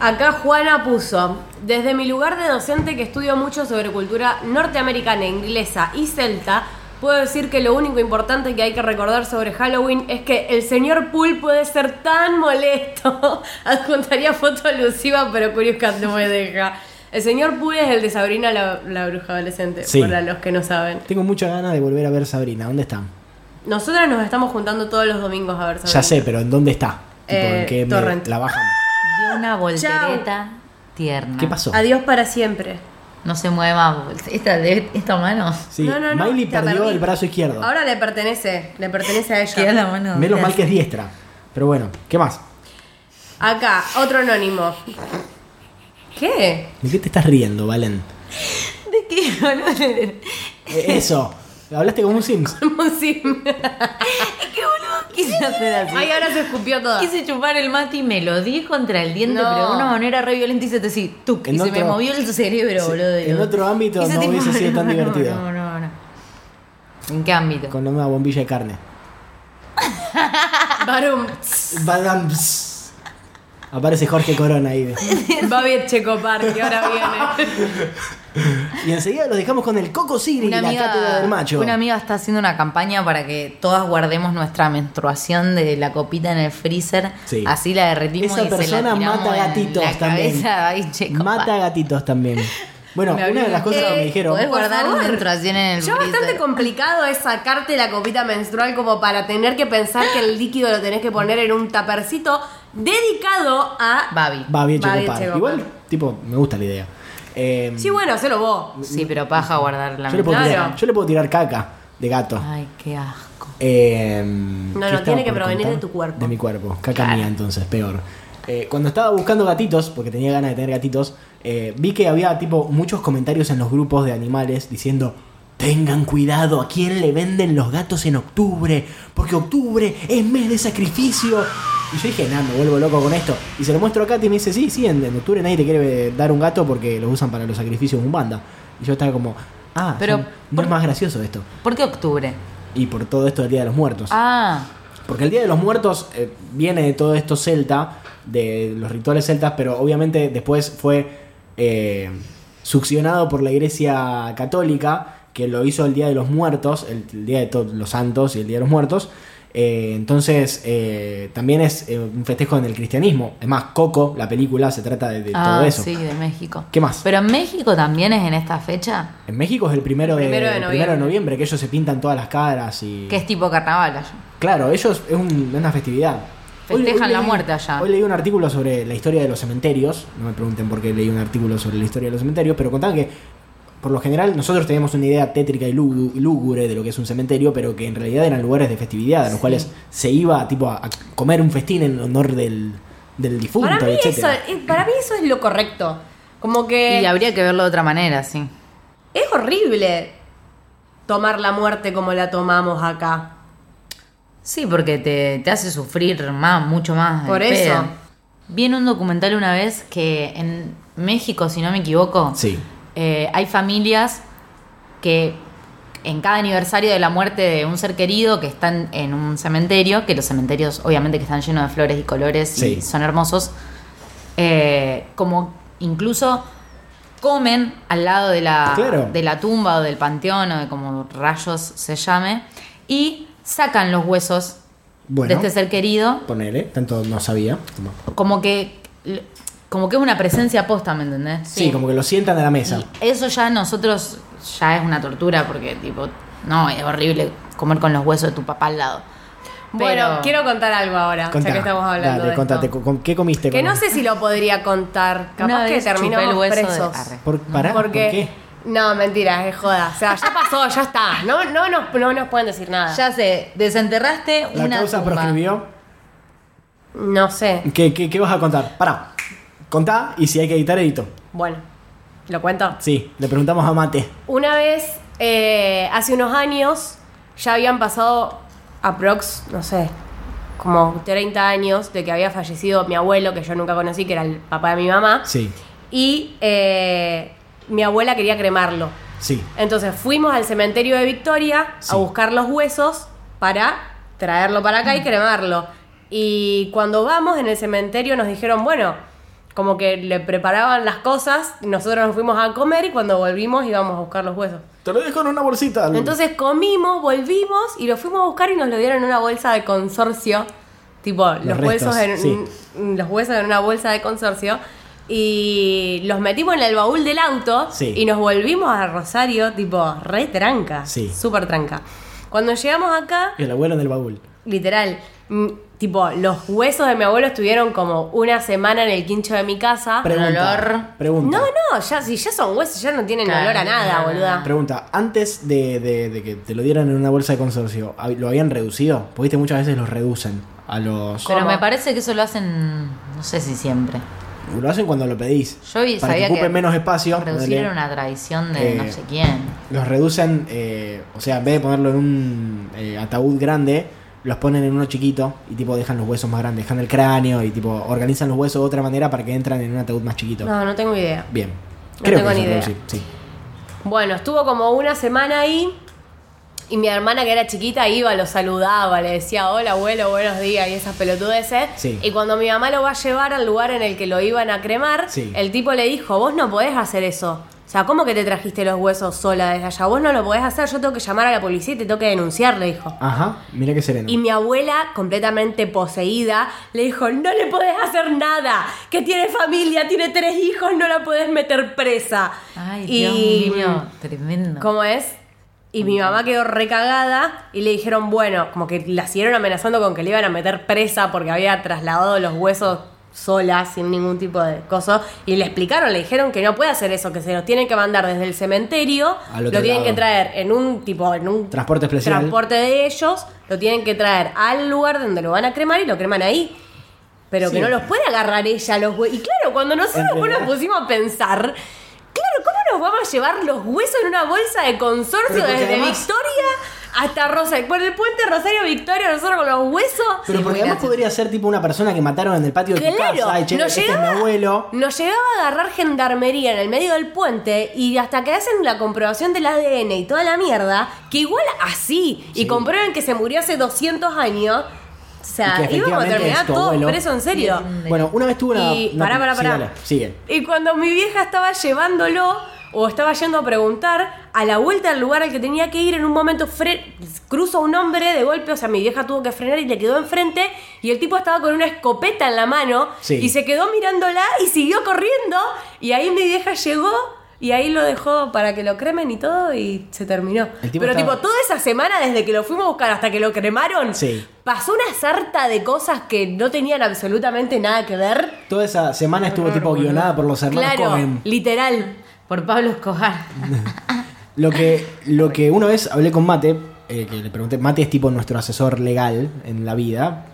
Acá Juana puso, desde mi lugar de docente que estudio mucho sobre cultura norteamericana, inglesa y celta, puedo decir que lo único importante que hay que recordar sobre Halloween es que el señor Poole puede ser tan molesto. Adjuntaría foto alusiva, pero Curious Cat no me deja. El señor Poole es el de Sabrina la, la bruja adolescente, Sí. para los que no saben. Tengo muchas ganas de volver a ver Sabrina. ¿Dónde está? Nosotras nos estamos juntando todos los domingos a ver Sabrina. Ya sé, pero ¿en dónde está? Tipo, Eh, ¿En qué me- torrent. la bajan? Dio una voltereta tierna. ¿Qué pasó? Adiós para siempre. No se mueva. Esta, de- esta mano. Sí, No, no, no, Miley te perdió perdí. el brazo izquierdo. Ahora le pertenece, le pertenece a ella. Queda la mano. Menos mal que es diestra. Pero bueno, ¿qué más? Acá, otro anónimo. ¿Qué? ¿De qué te estás riendo, Valen? ¿De qué, boludo? Eh, Eso. Hablaste como un Sims. Un ¿Qué sim. boludo quise hacer así? Ay, ahora se escupió todo. Quise chupar el mate y me lo di contra el diente, No. pero de una manera re violenta hice así, tuc, y En se me otro- movió el cerebro, Sí, boludo. en otro ámbito Hice no hubiese sido tan no, divertido. No, no, no. ¿En qué ámbito? Con una bombilla de carne. Barum. Badam, pss. Aparece Jorge Corona ahí. Va bien Checopar, que ahora viene. Y enseguida los dejamos con el Coco Sigri y la cátedra del macho. una amiga está haciendo una campaña para que todas guardemos nuestra menstruación de la copita en el freezer. Sí. Así la derretimos Esa y se la persona tiramos mata en gatitos la también. cabeza. Ay, che, compa. Mata gatitos también. Bueno, Me una de abrió las un- cosas que me Eh, dijeron. Podés Por guardar favor. menstruación en el Ya freezer. bastante complicado es sacarte la copita menstrual como para tener que pensar que el líquido lo tenés que poner en un tapercito dedicado a... Babi. Va bien, Va bien, Checopar. Checopar. Igual, tipo, me gusta la idea. Eh, Sí, bueno, hacelo vos. Sí, pero paja guardar la yo, le puedo Claro. tirar, yo le puedo tirar caca de gato. Ay, qué asco. Eh, no, no, tiene que provenir de tu cuerpo. De mi cuerpo. Caca Claro. mía, entonces, peor. Eh, cuando estaba buscando gatitos, porque tenía ganas de tener gatitos, eh, vi que había tipo muchos comentarios en los grupos de animales diciendo. Tengan cuidado a quién le venden los gatos en octubre, porque octubre es mes de sacrificio. Y yo dije, nada, me vuelvo loco con esto. Y se lo muestro a Katy y me dice, sí, sí, en, en octubre nadie te quiere dar un gato porque lo usan para los sacrificios de un banda. Y yo estaba como, ah, Pero, son- no es más gracioso esto. ¿Por qué octubre? Y por todo esto del Día de los Muertos. Ah, Porque el Día de los Muertos eh, viene de todo esto celta, de los rituales celtas, pero obviamente después fue eh, succionado por la Iglesia Católica, que lo hizo el Día de los Muertos, el, el Día de todos los Santos y el Día de los Muertos. Eh, entonces, eh, también es eh, un festejo en el cristianismo. Es más, Coco, la película, se trata de, de ah, todo eso. sí, de México. ¿Qué más? Pero en México también es en esta fecha, En México es el primero, de, Primero de el primero de noviembre. noviembre, que ellos se pintan todas las caras y... que es tipo carnaval allá. Claro, ellos es un- es una festividad. Festejan la leí- muerte allá. Hoy leí un artículo sobre la historia de los cementerios. No me pregunten por qué leí un artículo sobre la historia de los cementerios, pero contaban que por lo general nosotros tenemos una idea tétrica y lúgu- lúgubre de lo que es un cementerio, pero que en realidad eran lugares de festividad, en los cuales se iba tipo a, a comer un festín en honor del, del difunto, Para mí, eso, etcétera. eh, para mí eso es lo correcto. Como que... Y habría que verlo de otra manera, sí. Es horrible tomar la muerte como la tomamos acá. Sí, porque te, te hace sufrir más, mucho más. el Por eso. pedo. Vi en un documental una vez que en México, si no me equivoco, Sí. eh, hay familias que en cada aniversario de la muerte de un ser querido que están en un cementerio, que los cementerios obviamente que están llenos de flores y colores Sí. y son hermosos, eh, como incluso comen al lado de la, Claro. de la tumba o del panteón o de como rayos se llame, y sacan los huesos de Bueno, este ser querido, ponele, tanto no sabía. Como- como que, como que es una presencia posta, ¿me entendés? sí. como que lo sientan a la mesa. ah, Y eso ya a nosotros ya es una tortura porque tipo, no, es horrible comer con los huesos de tu papá al lado. Bueno, Pero- quiero contar algo ahora, Contá, ya que estamos hablando dale, de esto. contate, co- con- ¿qué comiste? Que no con- sé si lo podría contar, Una capaz que vez chupé terminamos el hueso de- presos. Arre. Por, pará, ¿por Porque qué? no, mentira, es joda. O sea, ya pasó, ya está. No, no, nos, no nos pueden decir nada. Ya sé, desenterraste La una causa tumba. proscribió. No sé. ¿Qué, qué, qué vas a contar? Pará. Contá y si hay que editar, edito. Bueno, lo cuento. Sí, le preguntamos a Mate. Una vez, eh, hace unos años, ya habían pasado aprox, no sé, como 30 años de que había fallecido mi abuelo, que yo nunca conocí, que era el papá de mi mamá. Sí, Y eh, mi abuela quería cremarlo. sí. Entonces fuimos al cementerio de Victoria Sí. a buscar los huesos para traerlo para acá y cremarlo. Y cuando vamos en el cementerio nos dijeron, bueno, como que le preparaban las cosas, nosotros nos fuimos a comer y cuando volvimos íbamos a buscar los huesos. Te lo dejo en una bolsita. Entonces comimos, volvimos y lo fuimos a buscar y nos lo dieron en una bolsa de consorcio. Tipo, los, restos, huesos en, mm, sí. los huesos en una bolsa de consorcio. Y los metimos en el baúl del auto Sí. y nos volvimos a Rosario, tipo, re tranca. Sí. Súper tranca. Cuando llegamos acá, El abuelo en el baúl. literal, mm, tipo, los huesos de mi abuelo estuvieron como una semana en el quincho de mi casa. Pre- Pregunta. olor. Pregunta. No, no, ya, si ya son huesos, ya no tienen Claro, olor a nada, no, no, boluda. Pregunta, antes de, de- de que te lo dieran en una bolsa de consorcio, ¿hab- ¿lo habían reducido? Porque viste, muchas veces los reducen a los... Pero ¿Cómo? me parece que eso lo hacen, no sé si siempre. Lo hacen cuando lo pedís. Yo vi- para sabía que que ocupen menos espacio. Reducir ponele, era una tradición de Eh, no sé quién. Los reducen, eh, o sea, en vez de ponerlo en un eh, ataúd grande, los ponen en uno chiquito y tipo dejan los huesos más grandes, dejan el cráneo y tipo organizan los huesos de otra manera para que entran en un ataúd más chiquito. No, no tengo idea. Bien. Ah. No Creo tengo que ni eso es idea. reducir, sí. Bueno, estuvo como una semana ahí y mi hermana que era chiquita iba, lo saludaba, le decía hola abuelo, buenos días y esas pelotudeces. Sí. Y cuando mi mamá lo va a llevar al lugar en el que lo iban a cremar, Sí. el tipo le dijo, vos no podés hacer eso. O sea, ¿cómo que te trajiste los huesos sola desde allá? Vos no lo podés hacer, yo tengo que llamar a la policía y te tengo que denunciar, le dijo. Ajá, mira qué sereno. Y mi abuela, completamente poseída, le dijo, no le podés hacer nada, que tiene familia, tiene tres hijos, no la podés meter presa. Ay, Y- Dios mío, tremendo. ¿Cómo es? Y mi mamá quedó recagada y le dijeron, bueno, como que la siguieron amenazando con que le iban a meter presa porque había trasladado los huesos sola, sin ningún tipo de coso. Y le explicaron, le dijeron que no puede hacer eso, que se los tienen que mandar desde el cementerio, Al lo otro tienen lado. que traer en un tipo, en un Transporte especial. transporte de ellos, lo tienen que traer al lugar donde lo van a cremar y lo creman ahí. Pero Sí. que no los puede agarrar ella los huesos. Y claro, cuando nosotros En después nos realidad- pusimos a pensar, claro, ¿cómo nos vamos a llevar los huesos en una bolsa de Pero consorcio porque desde además- Victoria hasta Rosario? Por el puente Rosario Victoria, nosotros con los huesos. Pero Sí, porque muy además gracioso. podría ser tipo una persona que mataron en el patio de tu Claro, casa. Ay, che, nos este es mi llegaba, abuelo. nos llegaba a agarrar gendarmería en el medio del puente y hasta que hacen la comprobación del ADN y toda la mierda, que igual así, Sí. y comprueben que se murió hace 200 años, o Y sea, que íbamos a efectivamente terminar es tu todos abuelo. presos en serio. Bueno, una vez tuve una. Y una- pará, pará, sí, pará. dale, sigue. Y cuando mi vieja estaba llevándolo o estaba yendo a preguntar, a la vuelta del lugar al que tenía que ir, en un momento fre- cruzó un hombre de golpe, o sea, mi vieja tuvo que frenar y le quedó enfrente y el tipo estaba con una escopeta en la mano Sí. y se quedó mirándola y siguió corriendo y ahí mi vieja llegó. Y ahí lo dejó para que lo cremen y todo y se terminó. El tipo Pero estaba- tipo, toda esa semana desde que lo fuimos a buscar hasta que lo cremaron, Sí. pasó una sarta de cosas que no tenían absolutamente nada que ver. Toda esa semana estuvo tipo guionada por los hermanos Claro, Cohen. literal. Por Pablo Escobar. Lo que, lo que una vez hablé con Mate, eh, que le pregunté, Mate es tipo nuestro asesor legal en la vida,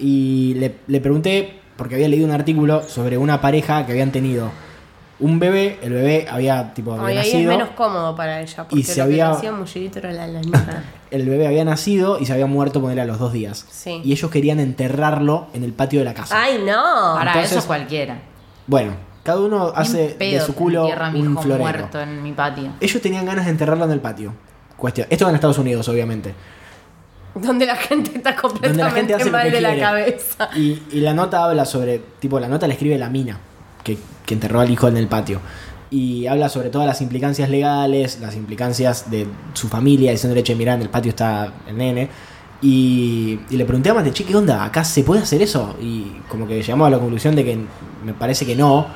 y le, le pregunté, porque había leído un artículo sobre una pareja que habían tenido un bebé, el bebé había tipo había Ay, ahí es nacido, menos cómodo para ella, porque Y se lo había- que le hacía mullidito era la lanita. el bebé había nacido y se había muerto ponerle a los dos días. Sí. Y ellos querían enterrarlo en el patio de la casa. ¡Ay, no! Para Entonces- eso es cualquiera. Bueno, cada Ni uno hace en pedo de su culo tierra a mi un hijo florero. muerto en mi patio. Ellos tenían ganas de enterrarlo en el patio. Cuestión. Esto en Estados Unidos, obviamente. Donde la gente está Donde la gente completamente hace lo mal que de la quiere. cabeza. Y, y la nota habla sobre. Tipo, la nota la escribe la mina que, que enterró al hijo en el patio. Y habla sobre todas las implicancias legales, las implicancias de su familia, diciéndole, che, mirá, en el patio está el nene. Y, y le pregunté a Mate, che, ¿qué onda? ¿Acá se puede hacer eso? Y como que llegamos a la conclusión de que me parece que no,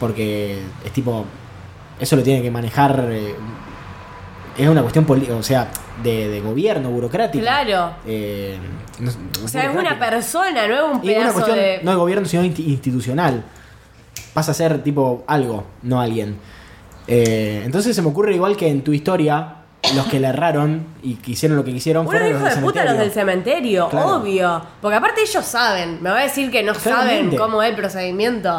porque es tipo. Eso lo tiene que manejar. eh, es una cuestión, poli- o sea, de, de gobierno, burocrática. Claro. Eh, no- O sea, es burocrática. una persona, no es un Y una pedazo cuestión de. no de gobierno, sino insti- institucional. Pasa a ser tipo algo, no alguien. Eh, entonces se me ocurre igual que en tu historia, los que le erraron y que hicieron lo que quisieron Unos fueron los hijos del de puta los cementerio. del cementerio, Claro. obvio. Porque aparte ellos saben. Me va a decir que no Claramente. saben cómo es el procedimiento.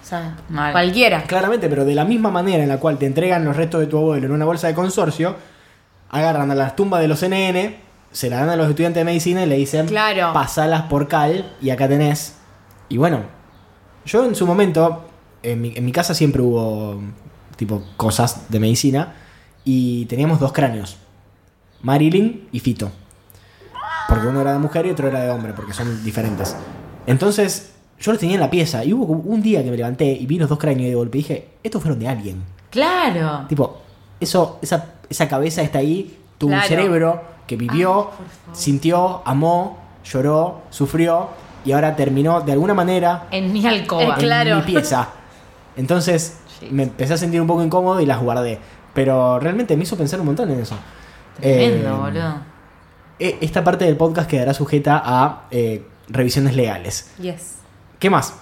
O sea, Mal. cualquiera. Claramente, pero de la misma manera en la cual te entregan los restos de tu abuelo en una bolsa de consorcio, agarran a las tumbas de los NN, se la dan a los estudiantes de medicina y le dicen, Claro. pasalas por cal y acá tenés. Y bueno, yo en su momento, en mi, en mi casa siempre hubo tipo cosas de medicina y teníamos dos cráneos, Marilyn y Fito. Porque uno era de mujer y otro era de hombre, porque son diferentes. Entonces, yo los tenía en la pieza y hubo como un día que me levanté y vi los dos cráneos de golpe y dije, estos fueron de alguien. Claro. Tipo, eso, esa, esa cabeza está ahí, tuvo un Claro. cerebro que vivió, sintió, amó, lloró, sufrió y ahora terminó de alguna manera En mi alcoba. Eh, claro. en mi pieza. Entonces Sí. me empecé a sentir un poco incómodo y las guardé. Pero realmente me hizo pensar un montón en eso. Tremendo, Eh, boludo. e- Esta parte del podcast quedará sujeta a eh, revisiones legales. Yes. ¿Qué más?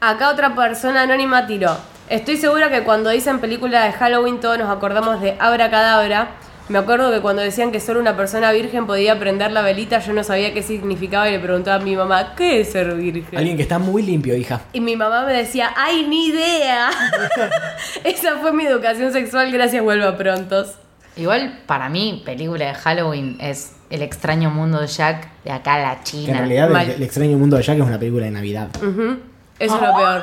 Acá otra persona anónima tiró. Estoy segura que cuando dicen película de Halloween todos nos acordamos de Abracadabra. Me acuerdo que cuando decían que solo una persona virgen podía prender la velita, yo no sabía qué significaba y le preguntaba a mi mamá, ¿qué es ser virgen? Alguien que está muy limpio, hija. Y mi mamá me decía, ¡ay, ni idea! Esa fue mi educación sexual, gracias, vuelva prontos. Igual para mí, película de Halloween es El extraño mundo de Jack de acá a la Que en China. realidad mal. el, el extraño mundo de Jack es una película de Navidad. Ujú. Eso es lo peor.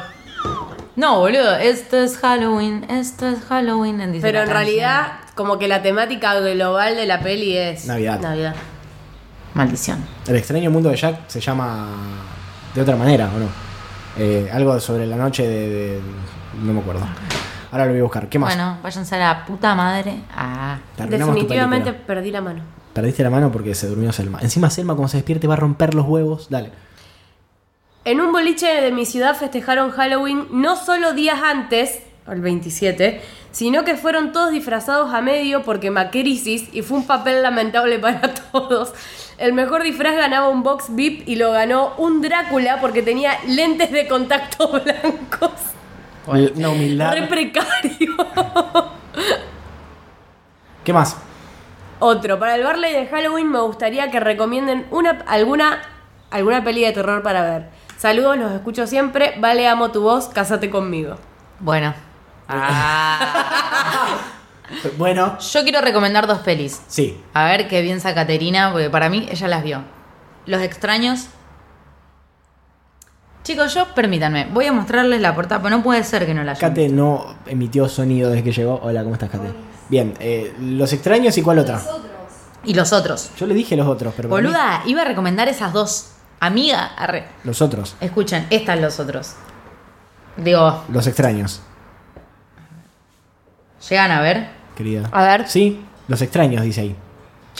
No, boludo, esto es Halloween, esto es Halloween. dice Pero la en canción. realidad, como que la temática global de la peli es Navidad. Navidad. Maldición. El extraño mundo de Jack se llama de otra manera, ¿o no? Eh, algo sobre la noche de, de- No me acuerdo. Ahora lo voy a buscar. ¿Qué más? Bueno, váyanse a la puta madre. Ah. Te arruinamos tu Definitivamente película. perdí la mano. Perdiste la mano porque se durmió Selma. Encima Selma cuando se despierte va a romper los huevos. Dale. En un boliche de mi ciudad festejaron Halloween no solo días antes, el 27, sino que fueron todos disfrazados a medio porque Macrisis y fue un papel lamentable para todos. El mejor disfraz ganaba un box VIP y lo ganó un Drácula porque tenía lentes de contacto blancos. Una humildad. Re precario. ¿Qué más? Otro, para el Barley de Halloween me gustaría que recomienden una, alguna, alguna peli de terror para ver. Saludos, los escucho siempre. Vale, amo tu voz, cásate conmigo. Bueno. Ah. Bueno, Yo quiero recomendar dos pelis. sí. A ver qué piensa Caterina, porque para mí ella las vio. Los extraños. Chicos, yo permítanme, voy a mostrarles la portada, pero no puede ser que no la hayan. Kate no emitió sonido desde que llegó. Hola, ¿cómo estás, Kate? Bien, eh, los extraños y cuál otra. Y los otros. Yo le dije los otros, pero. para mí- Boluda, iba a recomendar esas dos. Amiga, arre. Los otros. Escuchen, estas los otros. Digo, Los extraños, llegan a ver. querida. A ver. Sí, los extraños, dice ahí.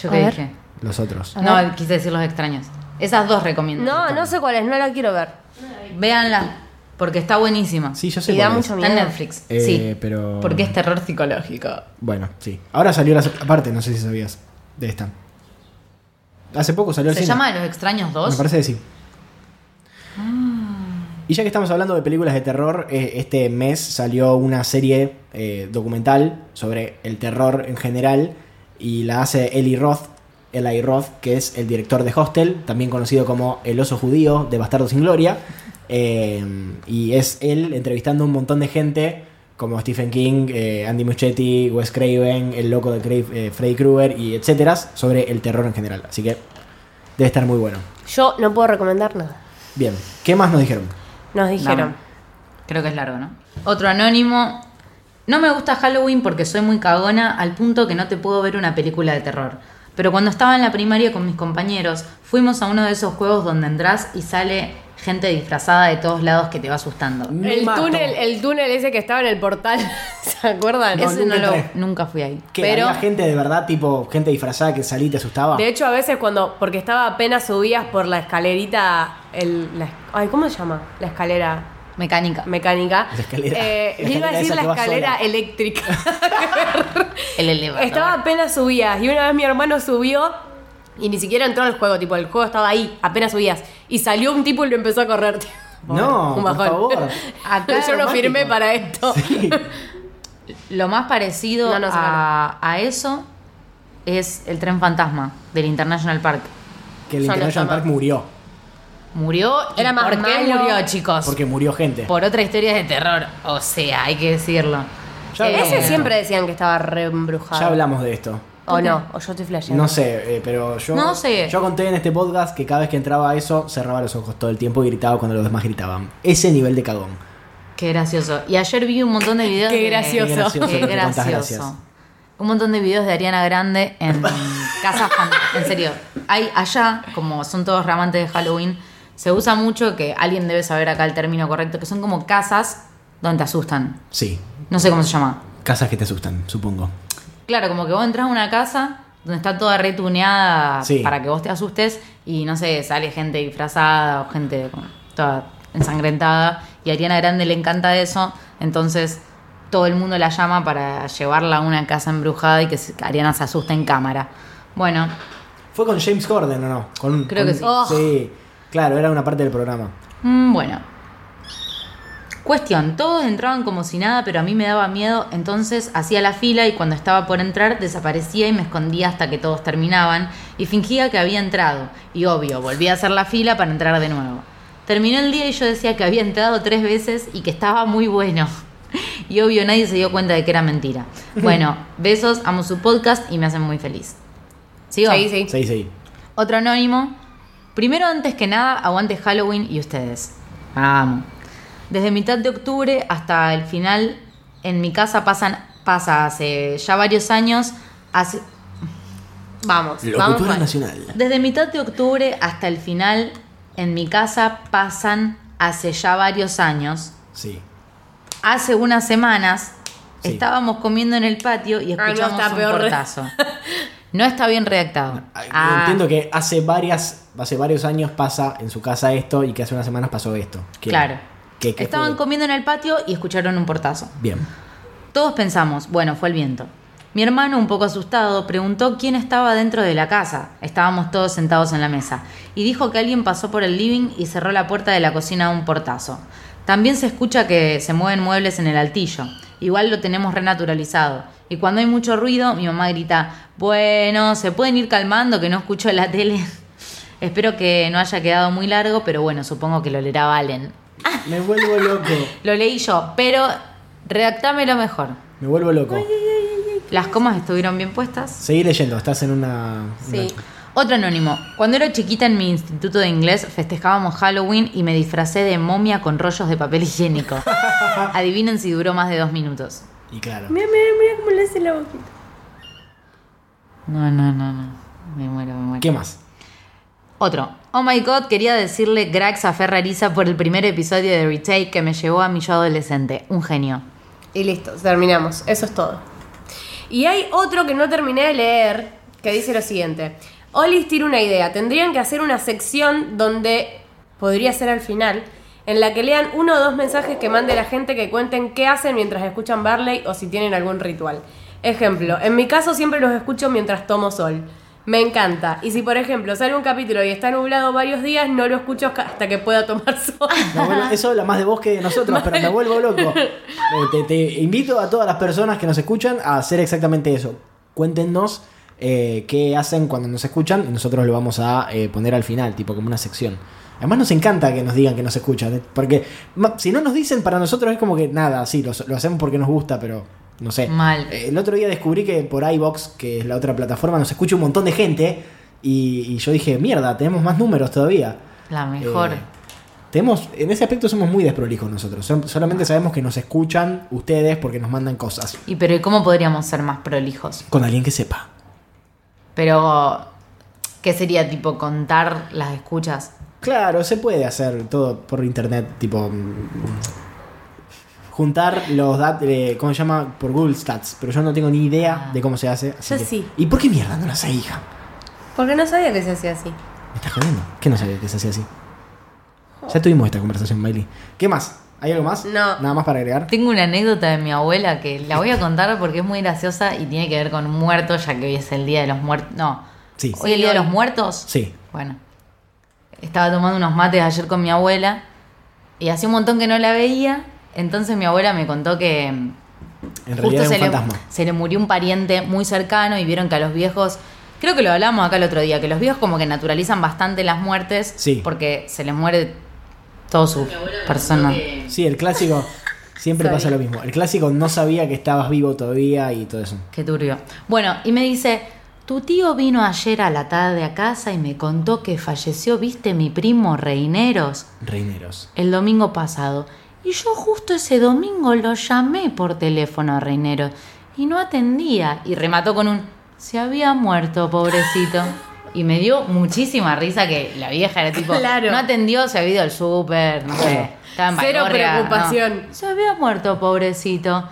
Yo A qué ver. dije. Los otros. No, quise decir los extraños. Esas dos recomiendo. No, no sé cuál es, no la quiero ver. Véanla, porque está buenísima. Sí, yo sé. Y da cuál es. mucho Está en miedo. Netflix. Eh, sí. pero- Porque es terror psicológico. Bueno, sí. Ahora salió la parte, no sé si sabías, de esta. Hace poco salió el ¿Se llama Los Extraños Me 2? parece que sí. Y ya que estamos hablando de películas de terror, eh, este mes salió una serie eh, documental sobre el terror en general y la hace Eli Roth, Eli Roth, que es el director de Hostel, también conocido como El Oso Judío de Bastardo sin Gloria. Eh, y es él entrevistando a un montón de gente como Stephen King, eh, Andy Muschietti, Wes Craven, el loco de Cra- eh, Freddy Krueger y etcétera sobre el terror en general. Así que debe estar muy bueno. Yo no puedo recomendar nada. Bien, ¿qué más nos dijeron? Nos dijeron. Dame. Creo que es largo, ¿no? Otro anónimo. No me gusta Halloween porque soy muy cagona al punto que no te puedo ver una película de terror. Pero cuando estaba en la primaria con mis compañeros, fuimos a uno de esos juegos donde entras y sale gente disfrazada de todos lados que te va asustando. Me El mato. túnel, el túnel ese que estaba en el portal, ¿se acuerdan? No, Ese no nunca lo- entré. nunca fui ahí. Que Pero- había gente de verdad, tipo gente disfrazada que salí y te asustaba. De hecho, a veces cuando, porque estaba apenas subías por la escalerita, el, la- ay, ¿cómo se llama? La escalera Mecánica. mecánica. La escalera. Eh, La escalera iba a decir esa la que va escalera sola. eléctrica. El elevador. estaba apenas subías y una vez mi hermano subió y ni siquiera entró al juego, tipo, el juego estaba ahí, apenas subías. Y salió un tipo y lo empezó a correr. tipo, No, un por bajón. favor. Acá Yo no romántico. firmé para esto. Sí. Lo más parecido No, no, se a, a eso es el tren fantasma del International Park. Que el Ya no está International más. Park murió. Murió. ¿y Era más ¿Por qué malo. murió, Ah, chicos? Porque murió gente. Por otra historia de terror. O sea, hay que decirlo. Ya Eh, hablamos de Ese esto. siempre decían que estaba re embrujado. Ya hablamos de esto. O no, o yo estoy flasheando. No sé, eh, pero yo, No sé. yo conté en este podcast que cada vez que entraba eso, cerraba los ojos todo el tiempo y gritaba cuando los demás gritaban. Ese nivel de cagón. Qué gracioso. Y ayer vi un montón de videos. Qué de- gracioso. Qué gracioso Qué que te contás gracias. gracioso. Un montón de videos de Ariana Grande en casas. fan- En serio, hay allá, como son todos ramantes de Halloween, se usa mucho que alguien debe saber acá el término correcto, que son como casas donde te asustan. Sí, No sé cómo se llama. casas que te asustan, supongo. Claro, como que vos entras a una casa donde está toda retuneada Sí. para que vos te asustes y no sé, sale gente disfrazada o gente con- toda ensangrentada y a Ariana Grande le encanta eso, entonces todo el mundo la llama para llevarla a una casa embrujada y que se- Ariana se asusta en cámara. Bueno, ¿Fue con James Corden o no? Con- Creo que Oh. sí. con- Sí, claro, era una parte del programa. mm, bueno. Cuestión, todos entraban como si nada, pero a mí me daba miedo, entonces hacía la fila y cuando estaba por entrar desaparecía y me escondía hasta que todos terminaban y fingía que había entrado. Y obvio, volví a hacer la fila para entrar de nuevo. Terminó el día y yo decía que había entrado tres veces y que estaba muy bueno. Y obvio, nadie se dio cuenta de que era mentira. Bueno, besos, amo su podcast y me hacen muy feliz. ¿Sigo? Sí, sí. Sí, sí. Otro anónimo. Primero, antes que nada, aguante Halloween y ustedes. Vamos. Desde mitad de octubre hasta el final, en mi casa pasan, pasa hace ya varios años. hace- Vamos, vamos. Locutora Juan. nacional. desde mitad de octubre hasta el final, en mi casa pasan hace ya varios años. Sí. Hace unas semanas Sí. estábamos comiendo en el patio y Ah, no, escuchamos está un peor. portazo. No está bien redactado. Ah, Ah. Entiendo que hace varias, hace varios años pasa en su casa esto y que hace unas semanas pasó esto. ¿Qué- Claro. qué- qué Estaban fue? comiendo en el patio y escucharon un portazo. Bien. Todos pensamos, bueno, fue el viento. Mi hermano, un poco asustado, preguntó quién estaba dentro de la casa. Estábamos todos sentados en la mesa. Y dijo que alguien pasó por el living y cerró la puerta de la cocina a un portazo. También se escucha que se mueven muebles en el altillo. Igual lo tenemos renaturalizado. Y cuando hay mucho ruido, mi mamá grita, bueno, se pueden ir calmando que no escucho la tele. Espero que no haya quedado muy largo, pero bueno, supongo que lo leerá Valen. Me vuelvo loco. Lo leí yo, pero redactámelo mejor. Me vuelvo loco. Las comas estuvieron bien puestas. Seguí leyendo, estás en una. Sí. Otro anónimo. Cuando era chiquita en mi instituto de inglés festejábamos Halloween y me disfracé de momia con rollos de papel higiénico. Adivinen si duró más de dos minutos. una- Y claro. Mira, mira, mira cómo le hace la boquita. No, no, no, no. Me muero, me muero. ¿Qué más? Otro. Oh my god, quería decirle gracias a Ferrariza por el primer episodio de Retake que me llevó a mi yo adolescente. Un genio. Y listo, terminamos. Eso es todo. Y hay otro que no terminé de leer, que dice lo siguiente. Olis tiene una idea. Tendrían que hacer una sección donde, podría ser al final, en la que lean uno o dos mensajes que mande la gente que cuenten qué hacen mientras escuchan Barley o si tienen algún ritual. Ejemplo, en mi caso siempre los escucho mientras tomo sol. Me encanta. Y si por ejemplo sale un capítulo y está nublado varios días, no lo escucho hasta que pueda tomar sol. Me vuelvo- eso habla más de vos que de nosotros, pero me vuelvo loco. Eh, Te, te invito a todas las personas que nos escuchan a hacer exactamente eso. Cuéntenos eh, qué hacen cuando nos escuchan y nosotros lo vamos a eh, poner al final, tipo como una sección. Además nos encanta que nos digan que nos escuchan, eh, porque ma- si no nos dicen para nosotros es como que nada, sí, lo, lo hacemos porque nos gusta, pero no sé. Mal. Eh, El otro día descubrí que por iBox, que es la otra plataforma, nos escucha un montón de gente y, y yo dije, mierda, tenemos más números todavía. La mejor. Eh, tenemos, en ese aspecto somos muy desprolijos nosotros. Son- Solamente sabemos que nos escuchan ustedes porque nos mandan cosas. Y pero ¿y cómo podríamos ser más prolijos? Con alguien que sepa. Pero, ¿qué sería tipo contar las escuchas? Claro, se puede hacer todo por internet, tipo. mm, Juntar los datos, ¿cómo se llama? Por Google Stats, pero yo no tengo ni idea de cómo se hace. así Yo que- sí. ¿Y por qué mierda no lo hace, hija? Porque no sabía que se hacía así. ¿Me estás jodiendo? ¿Qué no sabía que se hacía así? Ya tuvimos esta conversación, Miley. ¿Qué más? ¿Hay algo más? No. Nada más para agregar. Tengo una anécdota de mi abuela que la voy a contar porque es muy graciosa y tiene que ver con muertos, ya que hoy es el Día de los Muertos. No. Sí. ¿Hoy es el Día de los Muertos? Sí. Bueno. Estaba tomando unos mates ayer con mi abuela y hacía un montón que no la veía. Entonces mi abuela me contó que mm, En realidad es un se, le, fantasma. se le murió un pariente muy cercano y vieron que a los viejos, creo que lo hablamos acá el otro día, que los viejos como que naturalizan bastante las muertes Sí. porque se les muere todo su persona. Sí, el clásico. Siempre pasa lo mismo. El clásico no sabía que estabas vivo todavía y todo eso. Qué turbio. Bueno, y me dice, Tu tío vino ayer a la tarde a casa y me contó que falleció, viste, mi primo Reineros Reineros. el domingo pasado. Y yo justo ese domingo lo llamé por teléfono a Reineros y no atendía. Y remató con un se había muerto, pobrecito. Y me dio muchísima risa que la vieja era tipo, Claro. no atendió, se había ido al súper, no sé. estaba en Cero Valgorria, no. preocupación. Se había muerto, pobrecito.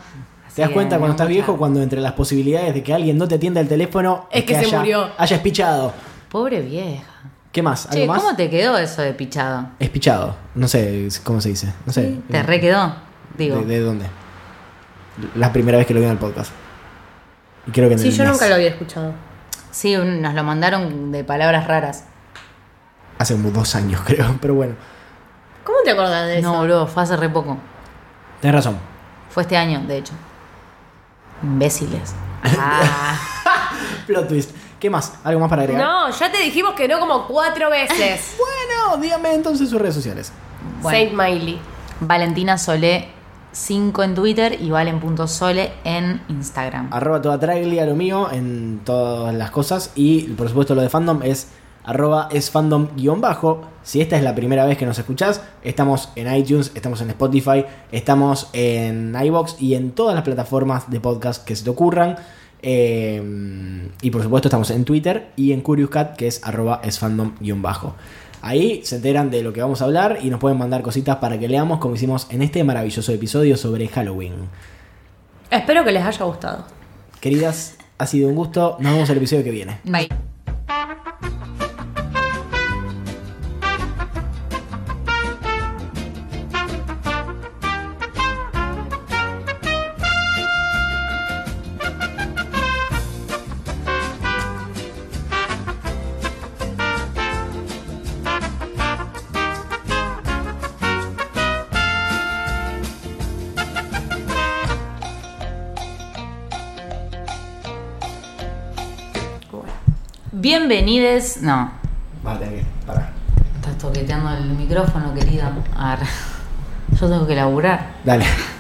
¿Te das cuenta cuando estás viejo cuando entre las posibilidades de que alguien no te atienda el teléfono Es que se haya, murió. hayas pichado? Pobre vieja. ¿Qué más? ¿Algo Che, más? ¿cómo te quedó eso de pichado? Es pichado. No sé cómo se dice. No sé. Te re quedó, digo. ¿De, de dónde? La primera vez que lo vi en el podcast. Y creo que en Sí, el yo más. nunca lo había escuchado. Sí, un- nos lo mandaron de palabras raras. Hace como dos años, creo. Pero bueno, ¿Cómo te acordás de eso? No, boludo, fue hace re poco. tenés razón. Fue este año, de hecho. Imbéciles. Ah, Plot twist. ¿Qué más? ¿Algo más para agregar? No, ya te dijimos que no como cuatro veces. Bueno, Ah, dígame entonces sus redes sociales. Bueno. Saint Miley. Valentina Solé 5 en Twitter y valen.sole en Instagram. Arroba toda traglia lo mío en todas las cosas. Y por supuesto lo de fandom es arroba es fandom guión bajo. Si esta es la primera vez que nos escuchás, estamos en iTunes, estamos en Spotify, estamos en iBox y en todas las plataformas de podcast que se te ocurran. Eh, y por supuesto estamos en Twitter y en Curious Cat que es arroba es fandom guión bajo. Ahí se enteran de lo que vamos a hablar y nos pueden mandar cositas para que leamos como hicimos en este maravilloso episodio sobre Halloween. Espero que les haya gustado. Queridas, ha sido un gusto. Nos vemos el episodio que viene. Bye. Bienvenides. No, Vas a tener que parar. estás toqueteando el micrófono, querida. Ar- Yo tengo que laburar. Dale.